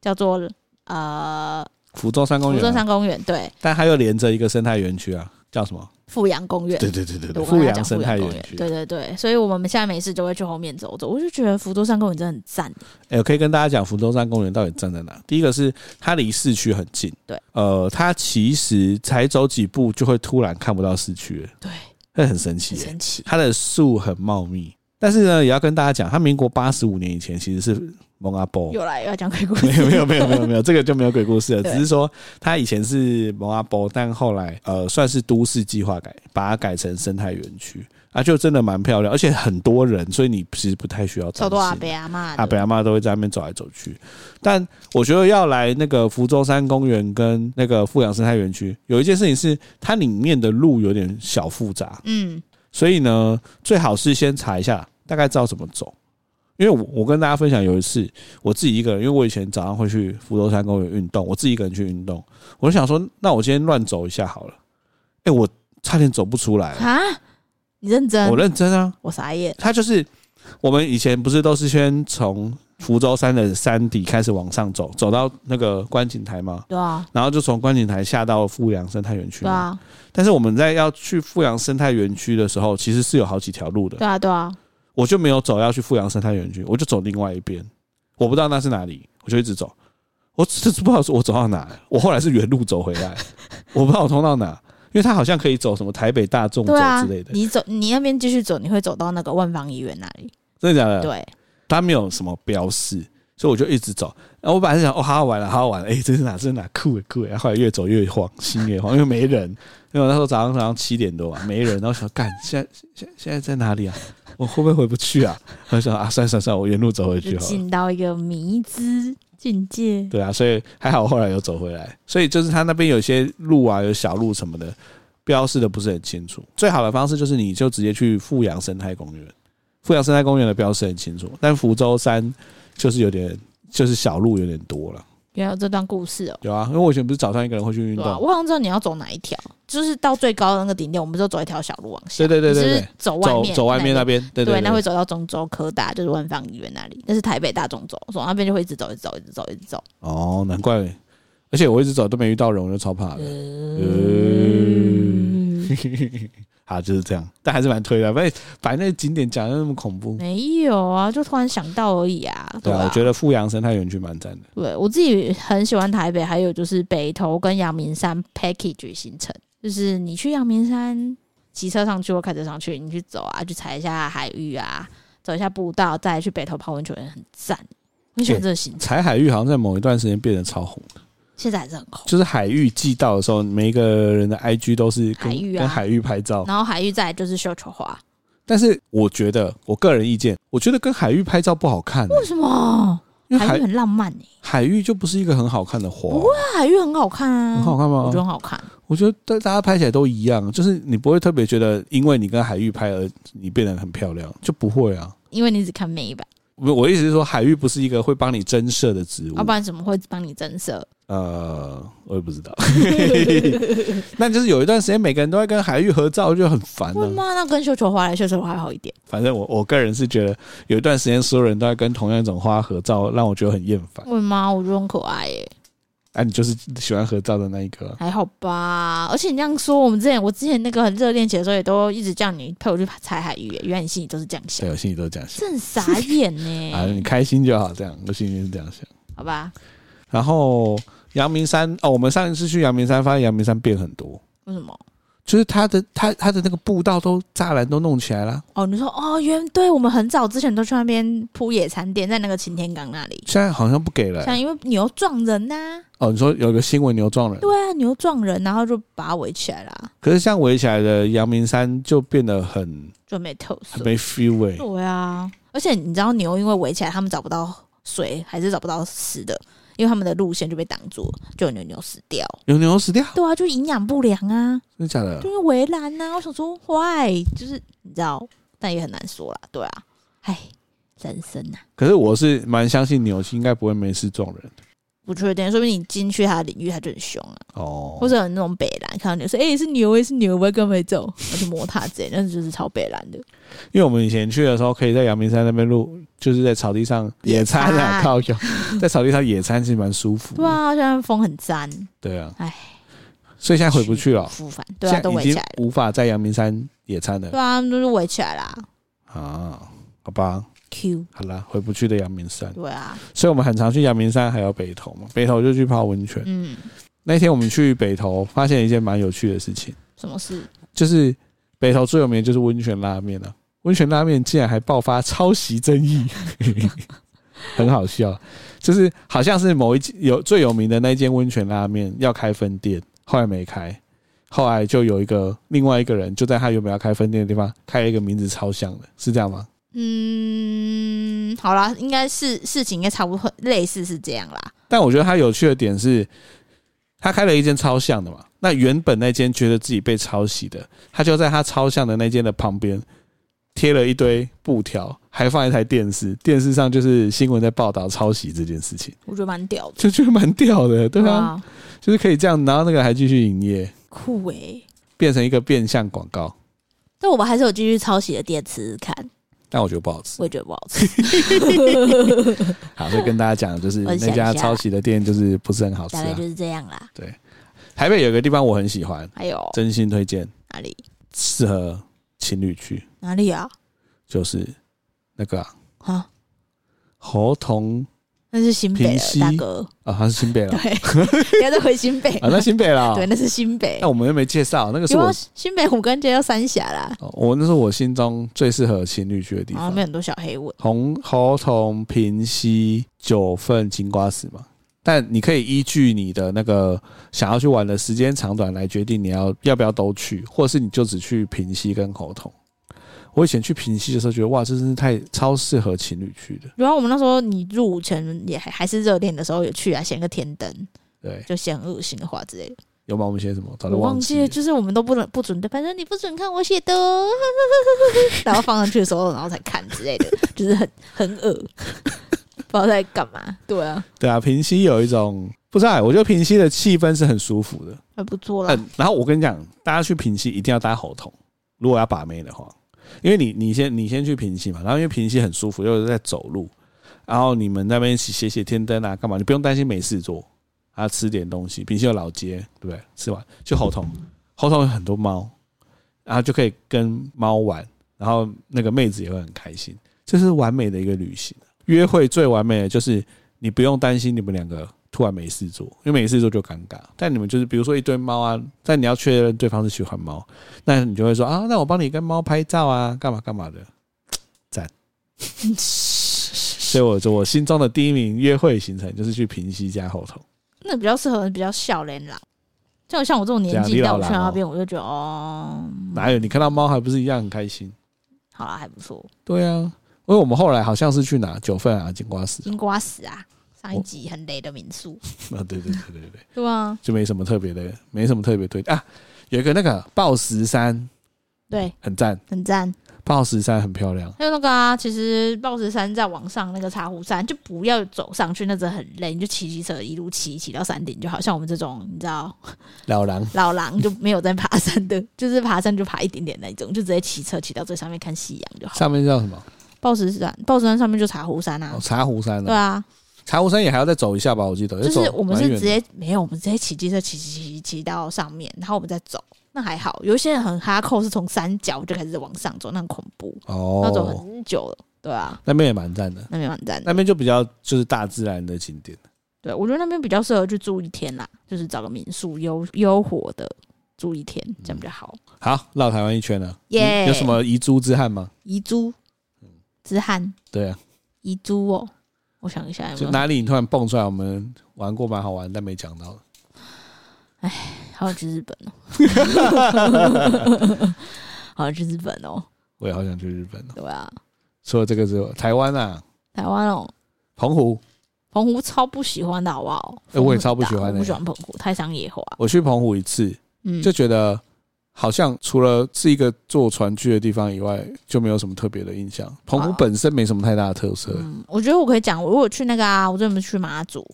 叫做呃福州山公福园啊、州山公园，对，但它又连着一个生态园区啊，叫什么？富阳公园。对对对对我刚富才阳讲生富态阳公园园区。，对对对，所以我们现在没事就会去后面走走，我就觉得福州山公园真的很赞，哎、我可以跟大家讲福州山公园到底站在哪？第一个是它离市区很近，对，呃，它其实才走几步就会突然看不到市区了，对，那很神奇很耶、神奇。它的树很茂密，但是呢，也要跟大家讲，它民国八十五年以前其实是蒙阿波，又来又要讲鬼故事，哦 没有没有没有没 有没有，这个就没有鬼故事了，对只是说它以前是蒙阿波，但后来呃算是都市计划改，把它改成生态园区啊，就真的蛮漂亮，而且很多人，所以你其实不太需要担超多啊阿心伯阿妈阿北阿妈都会在那边走来走去。但我觉得要来那个福州山公园跟那个富阳生态园区，有一件事情是它里面的路有点小复杂，嗯，所以呢，最好是先查一下大概知道怎么走。因为我我跟大家分享有一次我自己一个人，因为我以前早上会去福州山公园运动，我自己一个人去运动，我就想说，那我今天乱走一下好了。哎、我差点走不出来，啊，你认真？我我认真啊，傻眼，它就是我们以前不是都是先从福州山的山底开始往上走，走到那个观景台吗？对啊，然后就从观景台下到富阳生态园区对嘛。啊，但是我们在要去富阳生态园区的时候，其实是有好几条路的，对啊，对啊，我就没有走要去富阳生态园区，我就走另外一边，我不知道那是哪里，我就一直走。我这不知道我走到哪，我后来是原路走回来，我不知道我通到哪，因为它好像可以走什么台北大众走对啊之类，的，你走，你那边继续走，你会走到那个万方医院那里，真的假的？对，它没有什么标示，所以我就一直走。然后我本来是想，哦，好好玩了，好好玩了，哎、这是哪？这是哪？酷诶酷诶！然后后来越走越晃，心也晃，因为没人。因为我那时候早上早上七点多吧，没人。然后想，干，现在现现在在哪里啊？我会不会回不去啊？我想啊，算算算，我原路走回就去好了。进到一个迷之境界，对啊，所以还好后来又走回来。所以就是它那边有些路啊，有小路什么的，标示的不是很清楚。最好的方式就是你就直接去富阳生态公园，富阳生态公园的标示很清楚，但福州山就是有点就是小路有点多了。原来有这段故事哦。有啊，因为我以前不是早上一个人会去运对动，啊，我好像知道你要走哪一条，就是到最高的那个顶点，我们就走一条小路往下。对对对对你对是不是走啊外走面，走外面那边。边，对对那会走到中州科大，就是万方医院那里，那是台北大众走，走那边就会一直走，一直走，一直走，一直走。哦，难怪，而且我一直走都没遇到人，我就超怕的。呃嗯， 好，就是这样，但还是蛮推的。反正反正那个景点讲的那么恐怖，没有啊，就突然想到而已啊。对啊，啊，我觉得富阳生态园区蛮赞的。对我自己很喜欢台北，还有就是北投跟阳明山 package 行程，就是你去阳明山骑车上去或开车上去，你去走啊，去踩一下海域啊，走一下步道，再来去北投泡温泉，很赞。我很喜欢这个行程，彩海域好像在某一段时间变得超红，现在还是很红。就是海域季到的时候，每一个人的 IG 都是跟海域啊跟海域拍照。然后海域再来就是绣球花，但是我觉得，我个人意见，我觉得跟海域拍照不好看、欸为什么？因为海域海很浪漫欸呢、海域就不是一个很好看的花，不那海域很好看啊，很好看我觉吗？得很好看。我觉得大大家拍起来都一样，就是你不会特别觉得，因为你跟海域拍而你变得很漂亮，就不会啊。因为你只看美吧，我我意思是说，海域不是一个会帮你增色的植物要、，不然怎么会帮你增色？呃，我也不知道。那就是有一段时间，每个人都在跟海域合照，就很烦为啊什。么？那跟绣球花来，绣球花还好一点。反正我我个人是觉得有一段时间所有人都在跟同样一种花合照，让我觉得很厌烦。为什么？我觉得很可爱欸啊，耶、你就是喜欢合照的那一个啊、还好吧。而且你这样说，我们之前我之前那个很热恋期的时候，也都一直叫你陪我去采海芋耶，原来你心里都是这样想对，，我心里都是这样想。这很傻眼呢、 啊，你开心就好，这样我心里是这样想。好吧？然后阳明山哦，我们上一次去阳明山，发现阳明山变很多，为什么？就是它的它它的那个步道都栅栏都弄起来了，哦，你说哦，原对我们很早之前都去那边铺野餐店，在那个擎天岗那里，现在好像不给了欸、像因为牛撞人呐、哦，你说有个新闻牛撞人，对啊，牛撞人，然后就把它围起来啦，可是像围起来的阳明山就变得很就没特色很。没 feel 哎、对啊，而且你知道牛因为围起来，他们找不到水，还是找不到吃的，因为他们的路线就被挡住，就有牛牛死掉。有牛死掉，对啊，就营养不良啊。真的假的？就是围栏呐。我想说，why？就是你知道，但也很难说啦。对啊，唉，人生啊呐、可是我是蛮相信牛应该不会没事撞人不确定，说不定你进去他的领域，他就很凶啊，哦。或者有那种北蓝看到你说，哎、是牛，诶，是牛，我要跟没走，我就摸他之类，那就是超北蓝的。嗯因为我们以前去的时候，可以在阳明山那边录，就是在草地上野餐野啊，餐靠腰，在草地上野餐其实蛮舒服的。对啊，现在风很脏，对啊，唉，所以现在回不去了，复返，对现在啊，都已围起经来了，无法在阳明山野餐了对啊，就是围起来啦。啊。好吧， Q，好啦，回不去的阳明山，对啊，所以我们很常去阳明山，还有北投嘛。北投就去泡温泉。嗯，那天我们去北投，发现一件蛮有趣的事情，什么事？就是北投最有名的就是温泉拉面啊。温泉拉面竟然还爆发抄袭争议， 很好笑。就是好像是某一间有最有名的那间温泉拉面要开分店，后来没开，后来就有一个另外一个人就在他原本要开分店的地方开了一个名字超像的，是这样吗？嗯，好啦，应该是事情应该差不多，类似是这样啦。但我觉得他有趣的点是，他开了一间超像的嘛。那原本那间觉得自己被抄袭的，他就在他超像的那间的旁边贴了一堆布条，还放一台电视，电视上就是新闻在报道抄袭这件事情，我觉得蛮屌的，就觉得蛮屌的，对啊，哇，就是可以这样，然后那个还继续营业，酷欸诶、变成一个变相广告，但我们还是有继续抄袭的店吃吃看，但我觉得不好吃。我也觉得不好 吃。好，所以跟大家讲，就是 我那想一家下抄袭的店就是不是很好吃、大概啊就。是这样啦。台北有个地方我很喜欢，还有真心推荐，哪里？适合情侣去。哪里啊？就是那个啊啊，侯同那是新北平了，西大哥。啊，他是新北了啊， 对，不要再回新北。那新北了 对，哦。那是新北那。我们又没介绍，那个是有我啊，新北虎跟街要三峡啦，哦我那是我心中最适合情侣去的地然后方那边。很多小黑蚊。红侯同平西九份金瓜石嘛，但你可以依据你的那个想要去玩的时间长短来决定你要要不要都去，或者是你就只去平西跟侯同。我以前去平西的时候，觉得哇，这真是太超适合情侣去的。然后我们那时候你入伍前也还还是热恋的时候有去啊，显个天灯，对，就写很恶心的话之类的。有吗？我们写什么？早就我忘忘记记了，了。就是我们都不能不准对，反正你不准看我写 的，然后放上去的时候，然后才看之类的， 就是很很恶， 不知道在干嘛。对啊，对啊，平息有一种不知道欸、我觉得平息的气氛是很舒服的。还不错啦。嗯，然后我跟你讲，大家去平息一定要搭猴童，如果要把妹的话，因为你你先你先去平息嘛，然后因为平息很舒服，又是在走路，然后你们那边一起写写天灯啊，干嘛？你不用担心没事做，啊，吃点东西，平息有老街，对不对？吃完去猴童，猴童有很多猫，然后就可以跟猫玩，然后那个妹子也会很开心，这是完美的一个旅行。约会最完美的就是你不用担心你们两个突然没事做，因为没事做就尴尬。但你们就是比如说一堆猫啊，但你要确认对方是喜欢猫，那你就会说啊，那我帮你跟猫拍照啊，干嘛干嘛的，赞。嗯所以我说我心中的第一名约会行程就是去平西加后头，那比较适合比较笑脸啦。像像我这种年纪这样到你老啦我去那边，我就觉得哦，哪有你看到猫还不是一样很开心？好啦，还不错。对啊，因为我们后来好像是去哪九份啊、金瓜石金瓜石啊，上一集很雷的民宿，啊，对对对对对。对啊，就没什么特别的，没什么特别推啊。有一个那个报石山对，很赞，很赞。报石山很漂亮，还有那个啊，其实报石山在往上那个茶壶山，就不要走上去，那真的很累，你就骑机车一路骑骑到山顶就好。像我们这种你知道老狼老狼就没有在爬山的， 就是爬山就爬一点点那种，就直接骑车骑到最上面看夕阳就好。上面叫什么？报石山，报石山上面就茶壶山啊哦，，茶壶山对啊，啊，茶壶山也还要再走一下吧，我记得。就要是走我们蛮是远直的接没有，我们直接骑机车骑骑骑骑到上面，然后我们再走，那还好。有一些人很哈扣，是从山脚就开始往上走，那很恐怖，那走哦，很久了。对啊，那边也蛮赞的，那边蛮赞的。那边就比较就是大自然的景点。对我觉得那边比较适合去住一天啦，就是找个民宿悠悠活的住一天，这样嗯比较好。好，绕台湾一圈了，耶你有什么遗珠之憾吗？遗珠嗯之憾，对啊，遗珠哦，我想一下有没就有，哪里你突然蹦出来，我们玩过蛮好玩，但没讲到的。好想去日本哦， 好想去日本哦，我也好想去日本哦。对啊，除了这个之外，台湾啊，台湾哦，澎湖，澎湖超不喜欢的好不好？哎我也超不喜欢的我不喜欢澎湖，太像野花。我去澎湖一次，嗯，就觉得好像除了是一个坐船去的地方以外，就没有什么特别的印象。澎湖哦本身没什么太大的特色。嗯，我觉得我可以讲，我如果去那个啊，我专门去马祖，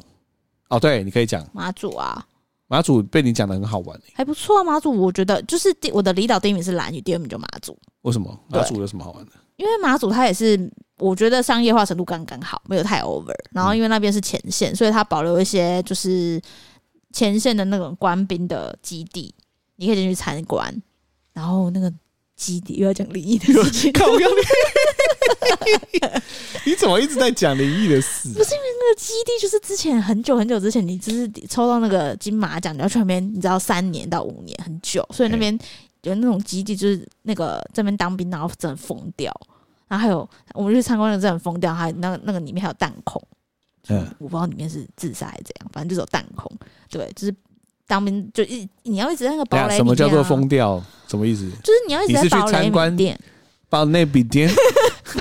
哦，对，你可以讲马祖啊马祖被你讲的很好玩、欸，还不错啊，马祖我觉得就是第我的离岛第一名是兰屿，第二名就马祖，为什么对马祖有什么好玩的？因为马祖它也是我觉得商业化程度刚刚好，没有太 over。然后因为那边是前线，所以它保留一些就是前线的那种官兵的基地，你可以进去参观。然后那个基地又要讲灵异的事情，看我 刚才你怎么一直在讲灵异的事、啊？基地就是之前很久很久之前，你就是抽到那个金马奖，你要去那边，你知道三年到五年，很久，所以那边有那种基地，就是那个这边当兵，然后真的疯掉。然后还有我们去参观了，真的很疯掉，还有那个那个里面还有弹孔，嗯我不知道里面是自杀还是怎样，反正就是有弹孔。对，就是当兵就一你要一直在那个堡等一垒、下里什么叫面做啊疯掉？什么意思？就是你要一直你在是去堡垒参观里面，把那笔颠，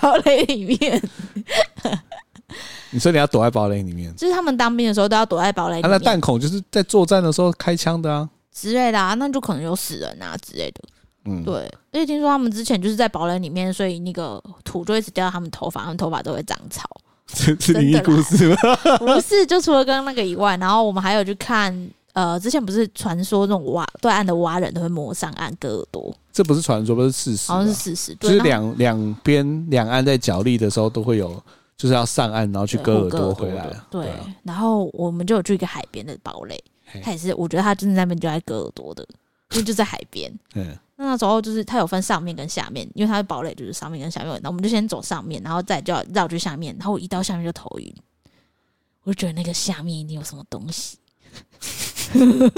堡垒里面，你说你要躲在堡垒里面，就是他们当兵的时候都要躲在堡垒啊，里那面弹孔就是在作战的时候开枪的啊，之类的啊，那就可能有死人啊之类的。嗯，对，而且听说他们之前就是在堡垒里面，所以那个土就会一直掉到他们头发，他们头发都会长 草。这 是灵异故事吗？ 不是，就除了刚刚那个以外，然后我们还有去看，呃，之前不是传说那种挖对岸的蛙人都会摸上岸割耳朵，这不是传说，不是事实啊，好像是事实，就是对，然后两两边两岸在角力的时候都会有，就是要上岸然后去对割互耳朵回的来，对啊，然后我们就有去一个海边的堡垒嘿，他也是，我觉得他真的在那边就在割耳朵的，因为就在海边。嗯，那那时候就是它有分上面跟下面，因为它的堡垒就是上面跟下面，然后我们就先走上面，然后再就要绕去下面，然后我一到下面就头晕，我就觉得那个下面一定有什么东西，嗯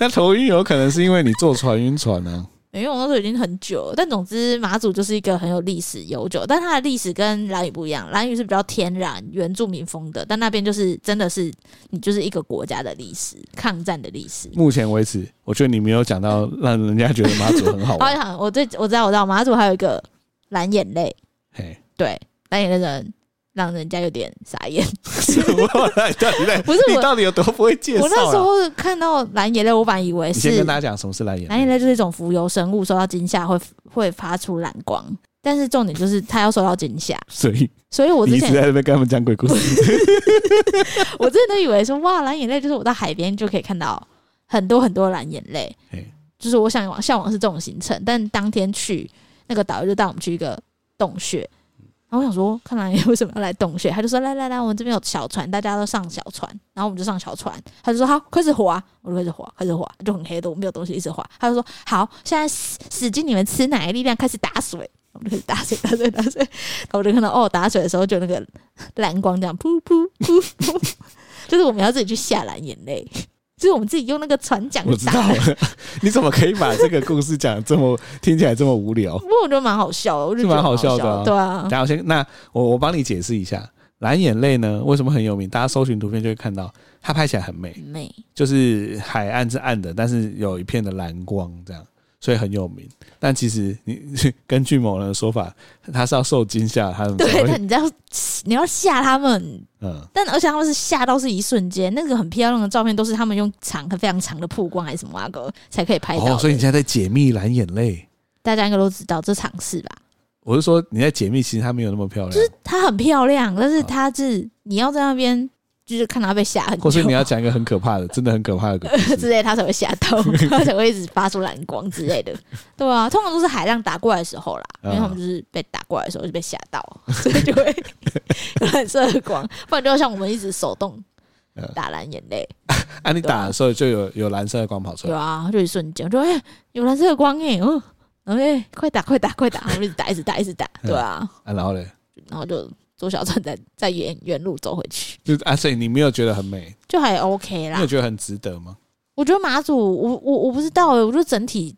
那头晕有可能是因为你坐船晕船啊呢、因为我那时候已经很久了，但总之马祖就是一个很有历史悠久，但它的历史跟兰屿不一样，兰屿是比较天然原住民风的，但那边就是真的是你就是一个国家的历史，抗战的历史。目前为止，我觉得你没有讲到让人家觉得马祖很好好 玩，像我最我知道我知道马祖还有一个蓝眼泪，嘿，对蓝眼泪人让人家有点傻眼。什么哎啦？你到底在不是我你到底有多不会介绍我啦？那时候看到蓝眼泪，我本来以为你先是跟大家讲什么是蓝眼蓝眼泪，泪就是一种浮游生物，受到惊吓会会发出蓝光，但是重点就是它要受到惊吓，所以所以我你之一直在前那边跟他们讲鬼故事，我之前都以为说哇，蓝眼泪就是我到海边就可以看到很多很多蓝眼泪嘿，就是我想往向往是这种行程，但当天去那个导游就带我们去一个洞穴。然后我想说，看来 为什么要来洞穴？他就说：“来来来，我们这边有小船，大家都上小船。”然后我们就上小船，他就说：“好，开始滑。”我就开始滑，开始滑，就很黑的，我没有东西，一直滑。他就说：“好，现在使使劲你们吃奶的力量，开始打水。”我就开始打水，打水，打水。然后我就看到哦，打水的时候就那个蓝光这样噗噗噗噗， 就是我们要自己去下蓝眼泪，就是我们自己用那个船桨我去知打道了。 你怎么可以把这个故事讲得这么听起来这么无聊？不过我觉得蛮好笑的，我就觉得是蛮好很笑笑的啊对啊，然后先，那我我帮你解释一下，蓝眼泪呢为什么很有名？大家搜寻图片就会看到，它拍起来很美，很美。就是海岸是暗的，但是有一片的蓝光这样，所以很有名。但其实你 根据某人的说法，他是要受惊吓，他们才对，会但你要你要吓他们，嗯，但而且他们是吓到是一瞬间，那个很漂亮的照片都是他们用长非常长的曝光还是什么啊哥才可以拍到的、哦，所以你现在在解密蓝眼泪。大家应该都知道这场事吧？我是说你在解密，其实它没有那么漂亮，它很漂亮，但是它是、你要在那边就是看它被吓很久，或是你要讲一个很可 怕的，真的很可怕的鬼故之事。类，它才会吓 到，它才会一直发出蓝光之类的。对啊，通常都是海浪打过来的时候啦，因为嗯他们就是被打过来的时候就被吓到，啊 所以就会有蓝色的光，不然就像我们一直手动嗯打蓝眼泪。啊，你打的时候就有有蓝色的光跑出有来，啊，就一瞬间，我就哎、有蓝色的光哎、哦，然后哎、快打快打快打，我们一直打一直打一直打，对啊，啊，然后嘞，然后就坐小船再再原原路走回去，就啊，所以你没有觉得很美，就还 OK 你有啦。觉得很值得吗？我觉得马祖，我我我不知道哎、我觉得整体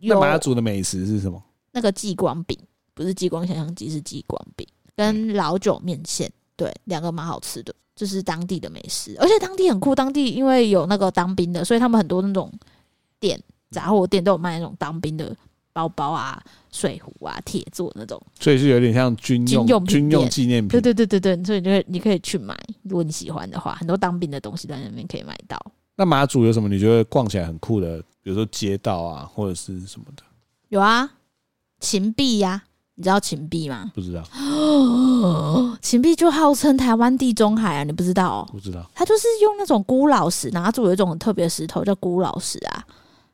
那有马祖的美食是什么？那个激光饼，不是激光香香鸡，是激光饼跟老酒面线，对，两个蛮好吃的，这、是当地的美食，而且当地很酷，当地因为有那个当兵的，所以他们很多那种店杂货店都有卖那种当兵的包包啊、水壶啊、铁做那种，所以是有点像军用军用品军用店纪念对品。对对对对，所以你就会你可以去买，如果你喜欢的话，很多当兵的东西在那边可以买到。那马祖有什么你觉得逛起来很酷的？比如说街道啊，或者是什么的，有啊，琴币呀、你知道琴币吗？ 不知道，琴币就号称台湾地中海啊，你不知道、哦？不知道。它就是用那种孤老石，拿住有一种很特别的石头叫孤老石啊，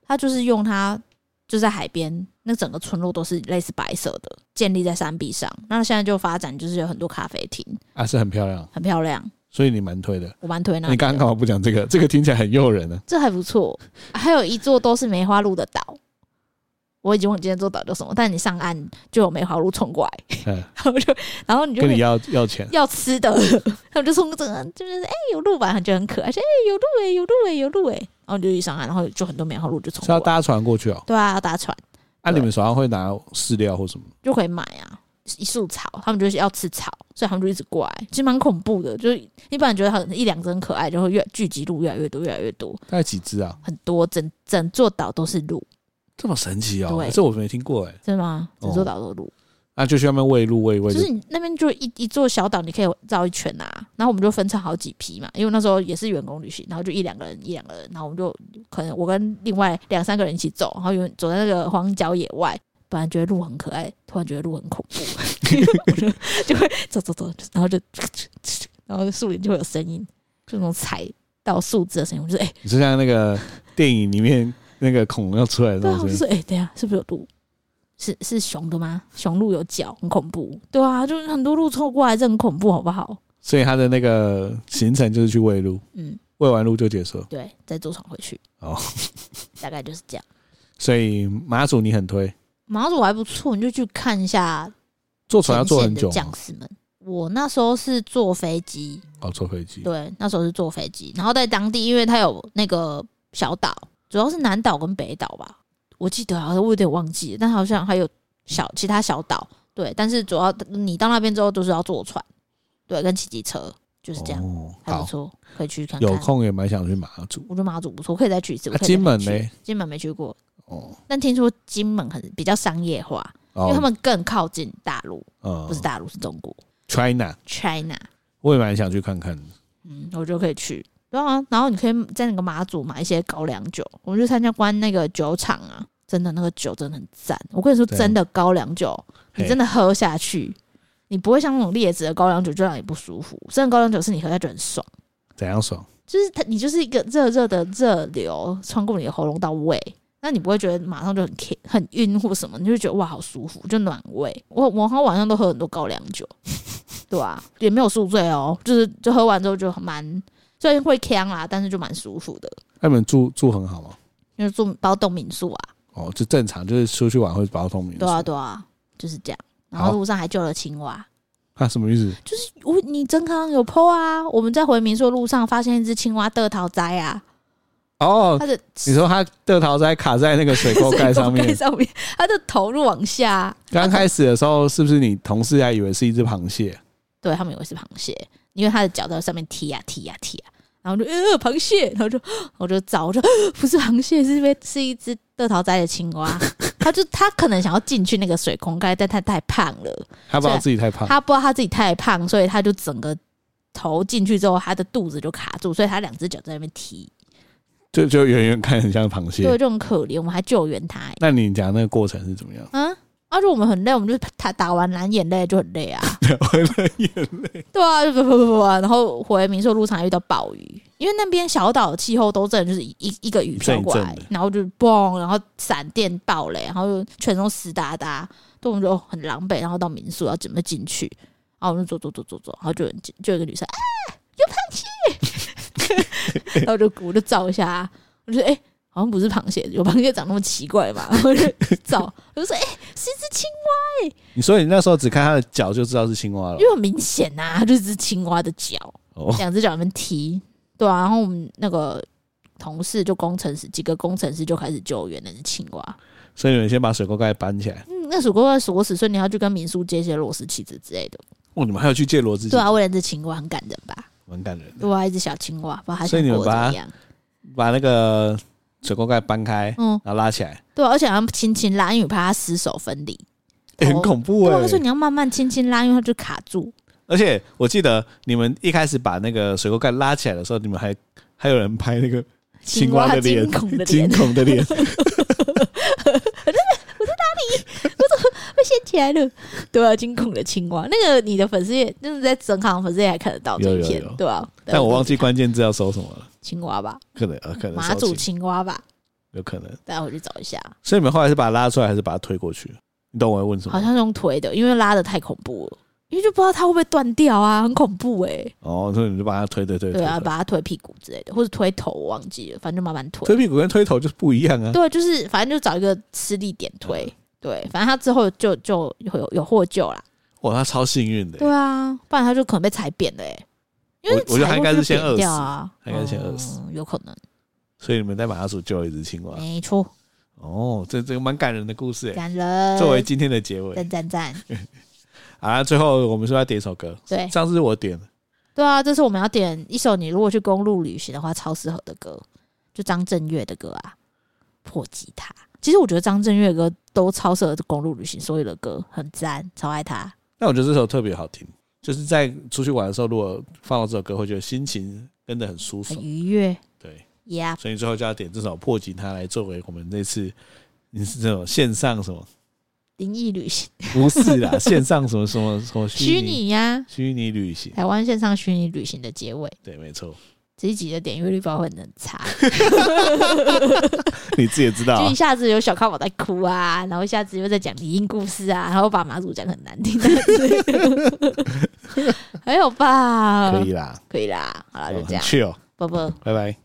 它就是用它就在海边，那整个村落都是类似白色的，建立在山壁上。那现在就发展就是有很多咖啡厅，啊，是很漂亮，很漂亮，所以你蛮推的。我蛮推那那里的你刚刚干嘛不讲这个？这个听起来很诱人啊 呢、这还不错，还有一座都是梅花鹿的岛。我已经忘记那座岛叫什么，但你上岸就有梅花鹿冲过来， 嗯，然后就然后你就跟可以你要要钱，要 吃的，他们就冲这个，就是哎、有鹿吧，就很可爱，说哎、有鹿哎、有鹿哎、有鹿哎、然后就一上岸，然后就很多棉花鹿就冲是要过来。搭船过去哦。对啊，要搭船那、对你们手上会拿饲料或什么？就可以买啊，一束草，他们就是要吃草，所以他们就一直过来，其实蛮恐怖的。就是一般人觉得很一两只很可爱，就会越聚集鹿越来越多，越来越多，大概几只啊？很多整整座岛都是鹿，这么神奇哦、对这我没听过哎、真的吗？哦整座岛都是鹿。那就去外面喂鹿喂一喂就就是你那边就一一座小岛，你可以绕一圈啊。然后我们就分成好几批嘛，因为那时候也是员工旅行，然后就一两个人一两个人，然后我们就可能我跟另外两三个人一起走，然后有走在那个荒郊野外。本来觉得路很可爱，突然觉得路很恐怖， 我就就会走走走，然后就然后树林就会有声音，就那种踩到树枝的声音。我就说：“哎、你就像那个电影里面那个恐龙要出来的对那啊，我种就声音，说，哎、等一下是不是有鹿？是是熊的吗？熊鹿有脚，很恐怖。对啊，就是很多鹿凑过来，这很恐怖，好不好？所以他的那个行程就是去喂鹿，嗯，喂完鹿就结束了。对，再坐船回去。哦， 大概就是这样。所以马祖你很推，马祖还不错，你就去看一下坐船要前坐线很的久将吗士们。我那时候是坐飞机，哦，坐飞机。对，那时候是坐飞机，然后在当地，因为它有那个小岛，主要是南岛跟北岛吧，我记得好像我有点忘记了，但好像还有小其他小岛，对，但是主要你到那边之后都是要坐船，对，跟骑机车，就是这样，哦，还不好，错，可以去看看有。空也蛮想去马祖。我觉得马祖不错，可以再去一次。我啊可以再金门去呢？金门没去过，哦，但听说金门很比较商业化，因为他哦，们更靠近大陆，嗯不是大陆是中国 China， China，我也蛮想去看看的。嗯，我就可以去。对啊，然后你可以在那个马祖买一些高粱酒，我们去参加关那个酒厂啊，真的那个酒真的很赞。我跟你说，对啊真的高粱酒，你嘿真的喝下去，你不会像那种劣质的高粱酒就让你不舒服。真的高粱酒是你喝下去很爽，怎样爽？就是它你就是一个热热的热流穿过你的喉咙到胃，那你不会觉得马上就很 ki- 很晕或什么，你就觉得哇好舒服，就暖胃。我我好像晚上都喝很多高粱酒， 对啊，也没有宿醉哦，就是就喝完之后就蛮虽然会呛啦，但是就蛮舒服的，那你们住住很好吗？因为住包栋民宿啊，哦，就正常，就是出去玩会包通民宿。对啊对啊，就是这样。然后好路上还救了青蛙，啊，什么意思？我你真康有 PO 啊，我们在回民宿的路上发现一只青蛙得逃灾啊，哦，它的你说他的桃在卡在那个水沟盖 上面，上面，它的头就往下，刚开始的时候是不是你同事还以为是一只螃蟹？对他们以为是螃蟹，因为它的脚在上面踢呀、踢呀、踢呀、然后我就呃螃蟹，然后就我就找，我就不是螃蟹，是因为是一只得桃灾的青蛙， 它就它可能想要进去那个水空盖，但它太胖了，他不知道自己太胖，它不知道它自己太胖，所以它就整个头进去之后，它的肚子就卡住，所以它两只脚在那边踢，就就远远看很像螃对，蟹。就很可怜，我们还救援它、欸，那你讲那个过程是怎 么样？嗯。而且我们很累，我们就打打完蓝眼泪就很累啊，对啊，就不不不不啊，然后回民宿路上还遇到暴雨，因为那边小岛的气候都正就是一一一个雨飘过一来阵一阵，然后就嘣，然后闪电暴雷，然后就全都湿哒哒，对，我们就哦很狼狈，然后到民宿要准备进去，然后我们就走走走走走，然后就有人就有一个女生啊，有螃蟹， 然后就我就照一下，我就哎、诶好像不是螃蟹，有螃蟹长那么奇怪嘛， 我就照，我就说哎、诶是一只青你说你那时候只看它的脚就知道是青蛙了因。为很明显呐、它就是只青蛙的脚，哦，两只脚在那边踢，对啊，然后我们那个同事就工程师，几个工程师就开始救援那只青蛙。所以你们先把水沟盖搬起来。嗯，那鼠哥在锁死，所以你要去跟民宿借一些螺丝起子之类的。哦，你们还有去借螺自己对，啊，为了这青蛙很感人吧？蛮感人的。对啊，一只小青蛙，不知道它所以想你们过得怎把么它样。把那个水沟盖搬开，嗯，然后拉起来，对啊、而且好像轻轻拉，因为怕它失手分离。欸很哦恐怖对啊，哎所。以你要慢慢轻轻拉，因为它就卡住。而且我记得你们一开始把那个水沟盖拉起来的时候，你们还还有人拍那个青蛙的脸青蛙惊恐的惊脸恐的 脸，被掀 起来了，对啊，惊恐的青蛙。那个你的粉丝页，就是在整行粉丝页还看得到这有一有篇有，对啊，但我忘记关键字要搜什么了，青蛙吧，可能呃可能马搜祖青青蛙吧，有可能。大家回去找一下。所以你们后来是把它拉出来，还是把它推过去？你懂我在问什么？好像是用推的，因为拉的太恐怖了，因为就不知道它会不会断掉啊，很恐怖哎、哦，所以你就把它推推推推对啊，推把它推屁股之类的，或者推头，我忘记了，反正就慢慢推。推屁股跟推头就是不一样啊。对，就是反正就找一个吃力点推。嗯对，反正他之后就就有有有获救啦。哇，他超幸运的对，啊，不然他就可能被踩扁了哎、因为我我觉得他应该是先踩过去就扁掉啊，饿死他应该是先饿死嗯有可能。所以你们在马拉鼠救了一只青蛙。没错，哦，这这个蛮感人的故事哎，感人。作为今天的结尾赞赞赞， 啊，最后我们说要点一首歌，对上次我点了对啊，这次我们要点一首你如果去公路旅行的话超适合的歌，就张震岳的歌啊，《破吉他》。其实我觉得张震岳的歌都超适合公路旅行，所有的歌很赞，超爱他。但我觉得这首特别好听，就是在出去玩的时候，如果放到这首歌，会觉得心情跟得很舒很服。愉悦。对， Yeah，所以最后就要点这首破吉他来作为我们这次，你是这种线上什么？灵异旅行，不是啦，线上什么什么什么虚虚拟拟呀、虚拟旅行？台湾线上虚拟旅行的结尾，对，没错，这一集的点阅率包会很差，你自己也知道、就啊一。下子有小康宝在哭啊，然后一下子又在讲离异故事啊，然后把马祖讲得很难听，还有吧，可以啦，可以啦，好啦，就哦呃这很样，去哦，啵啵。拜拜。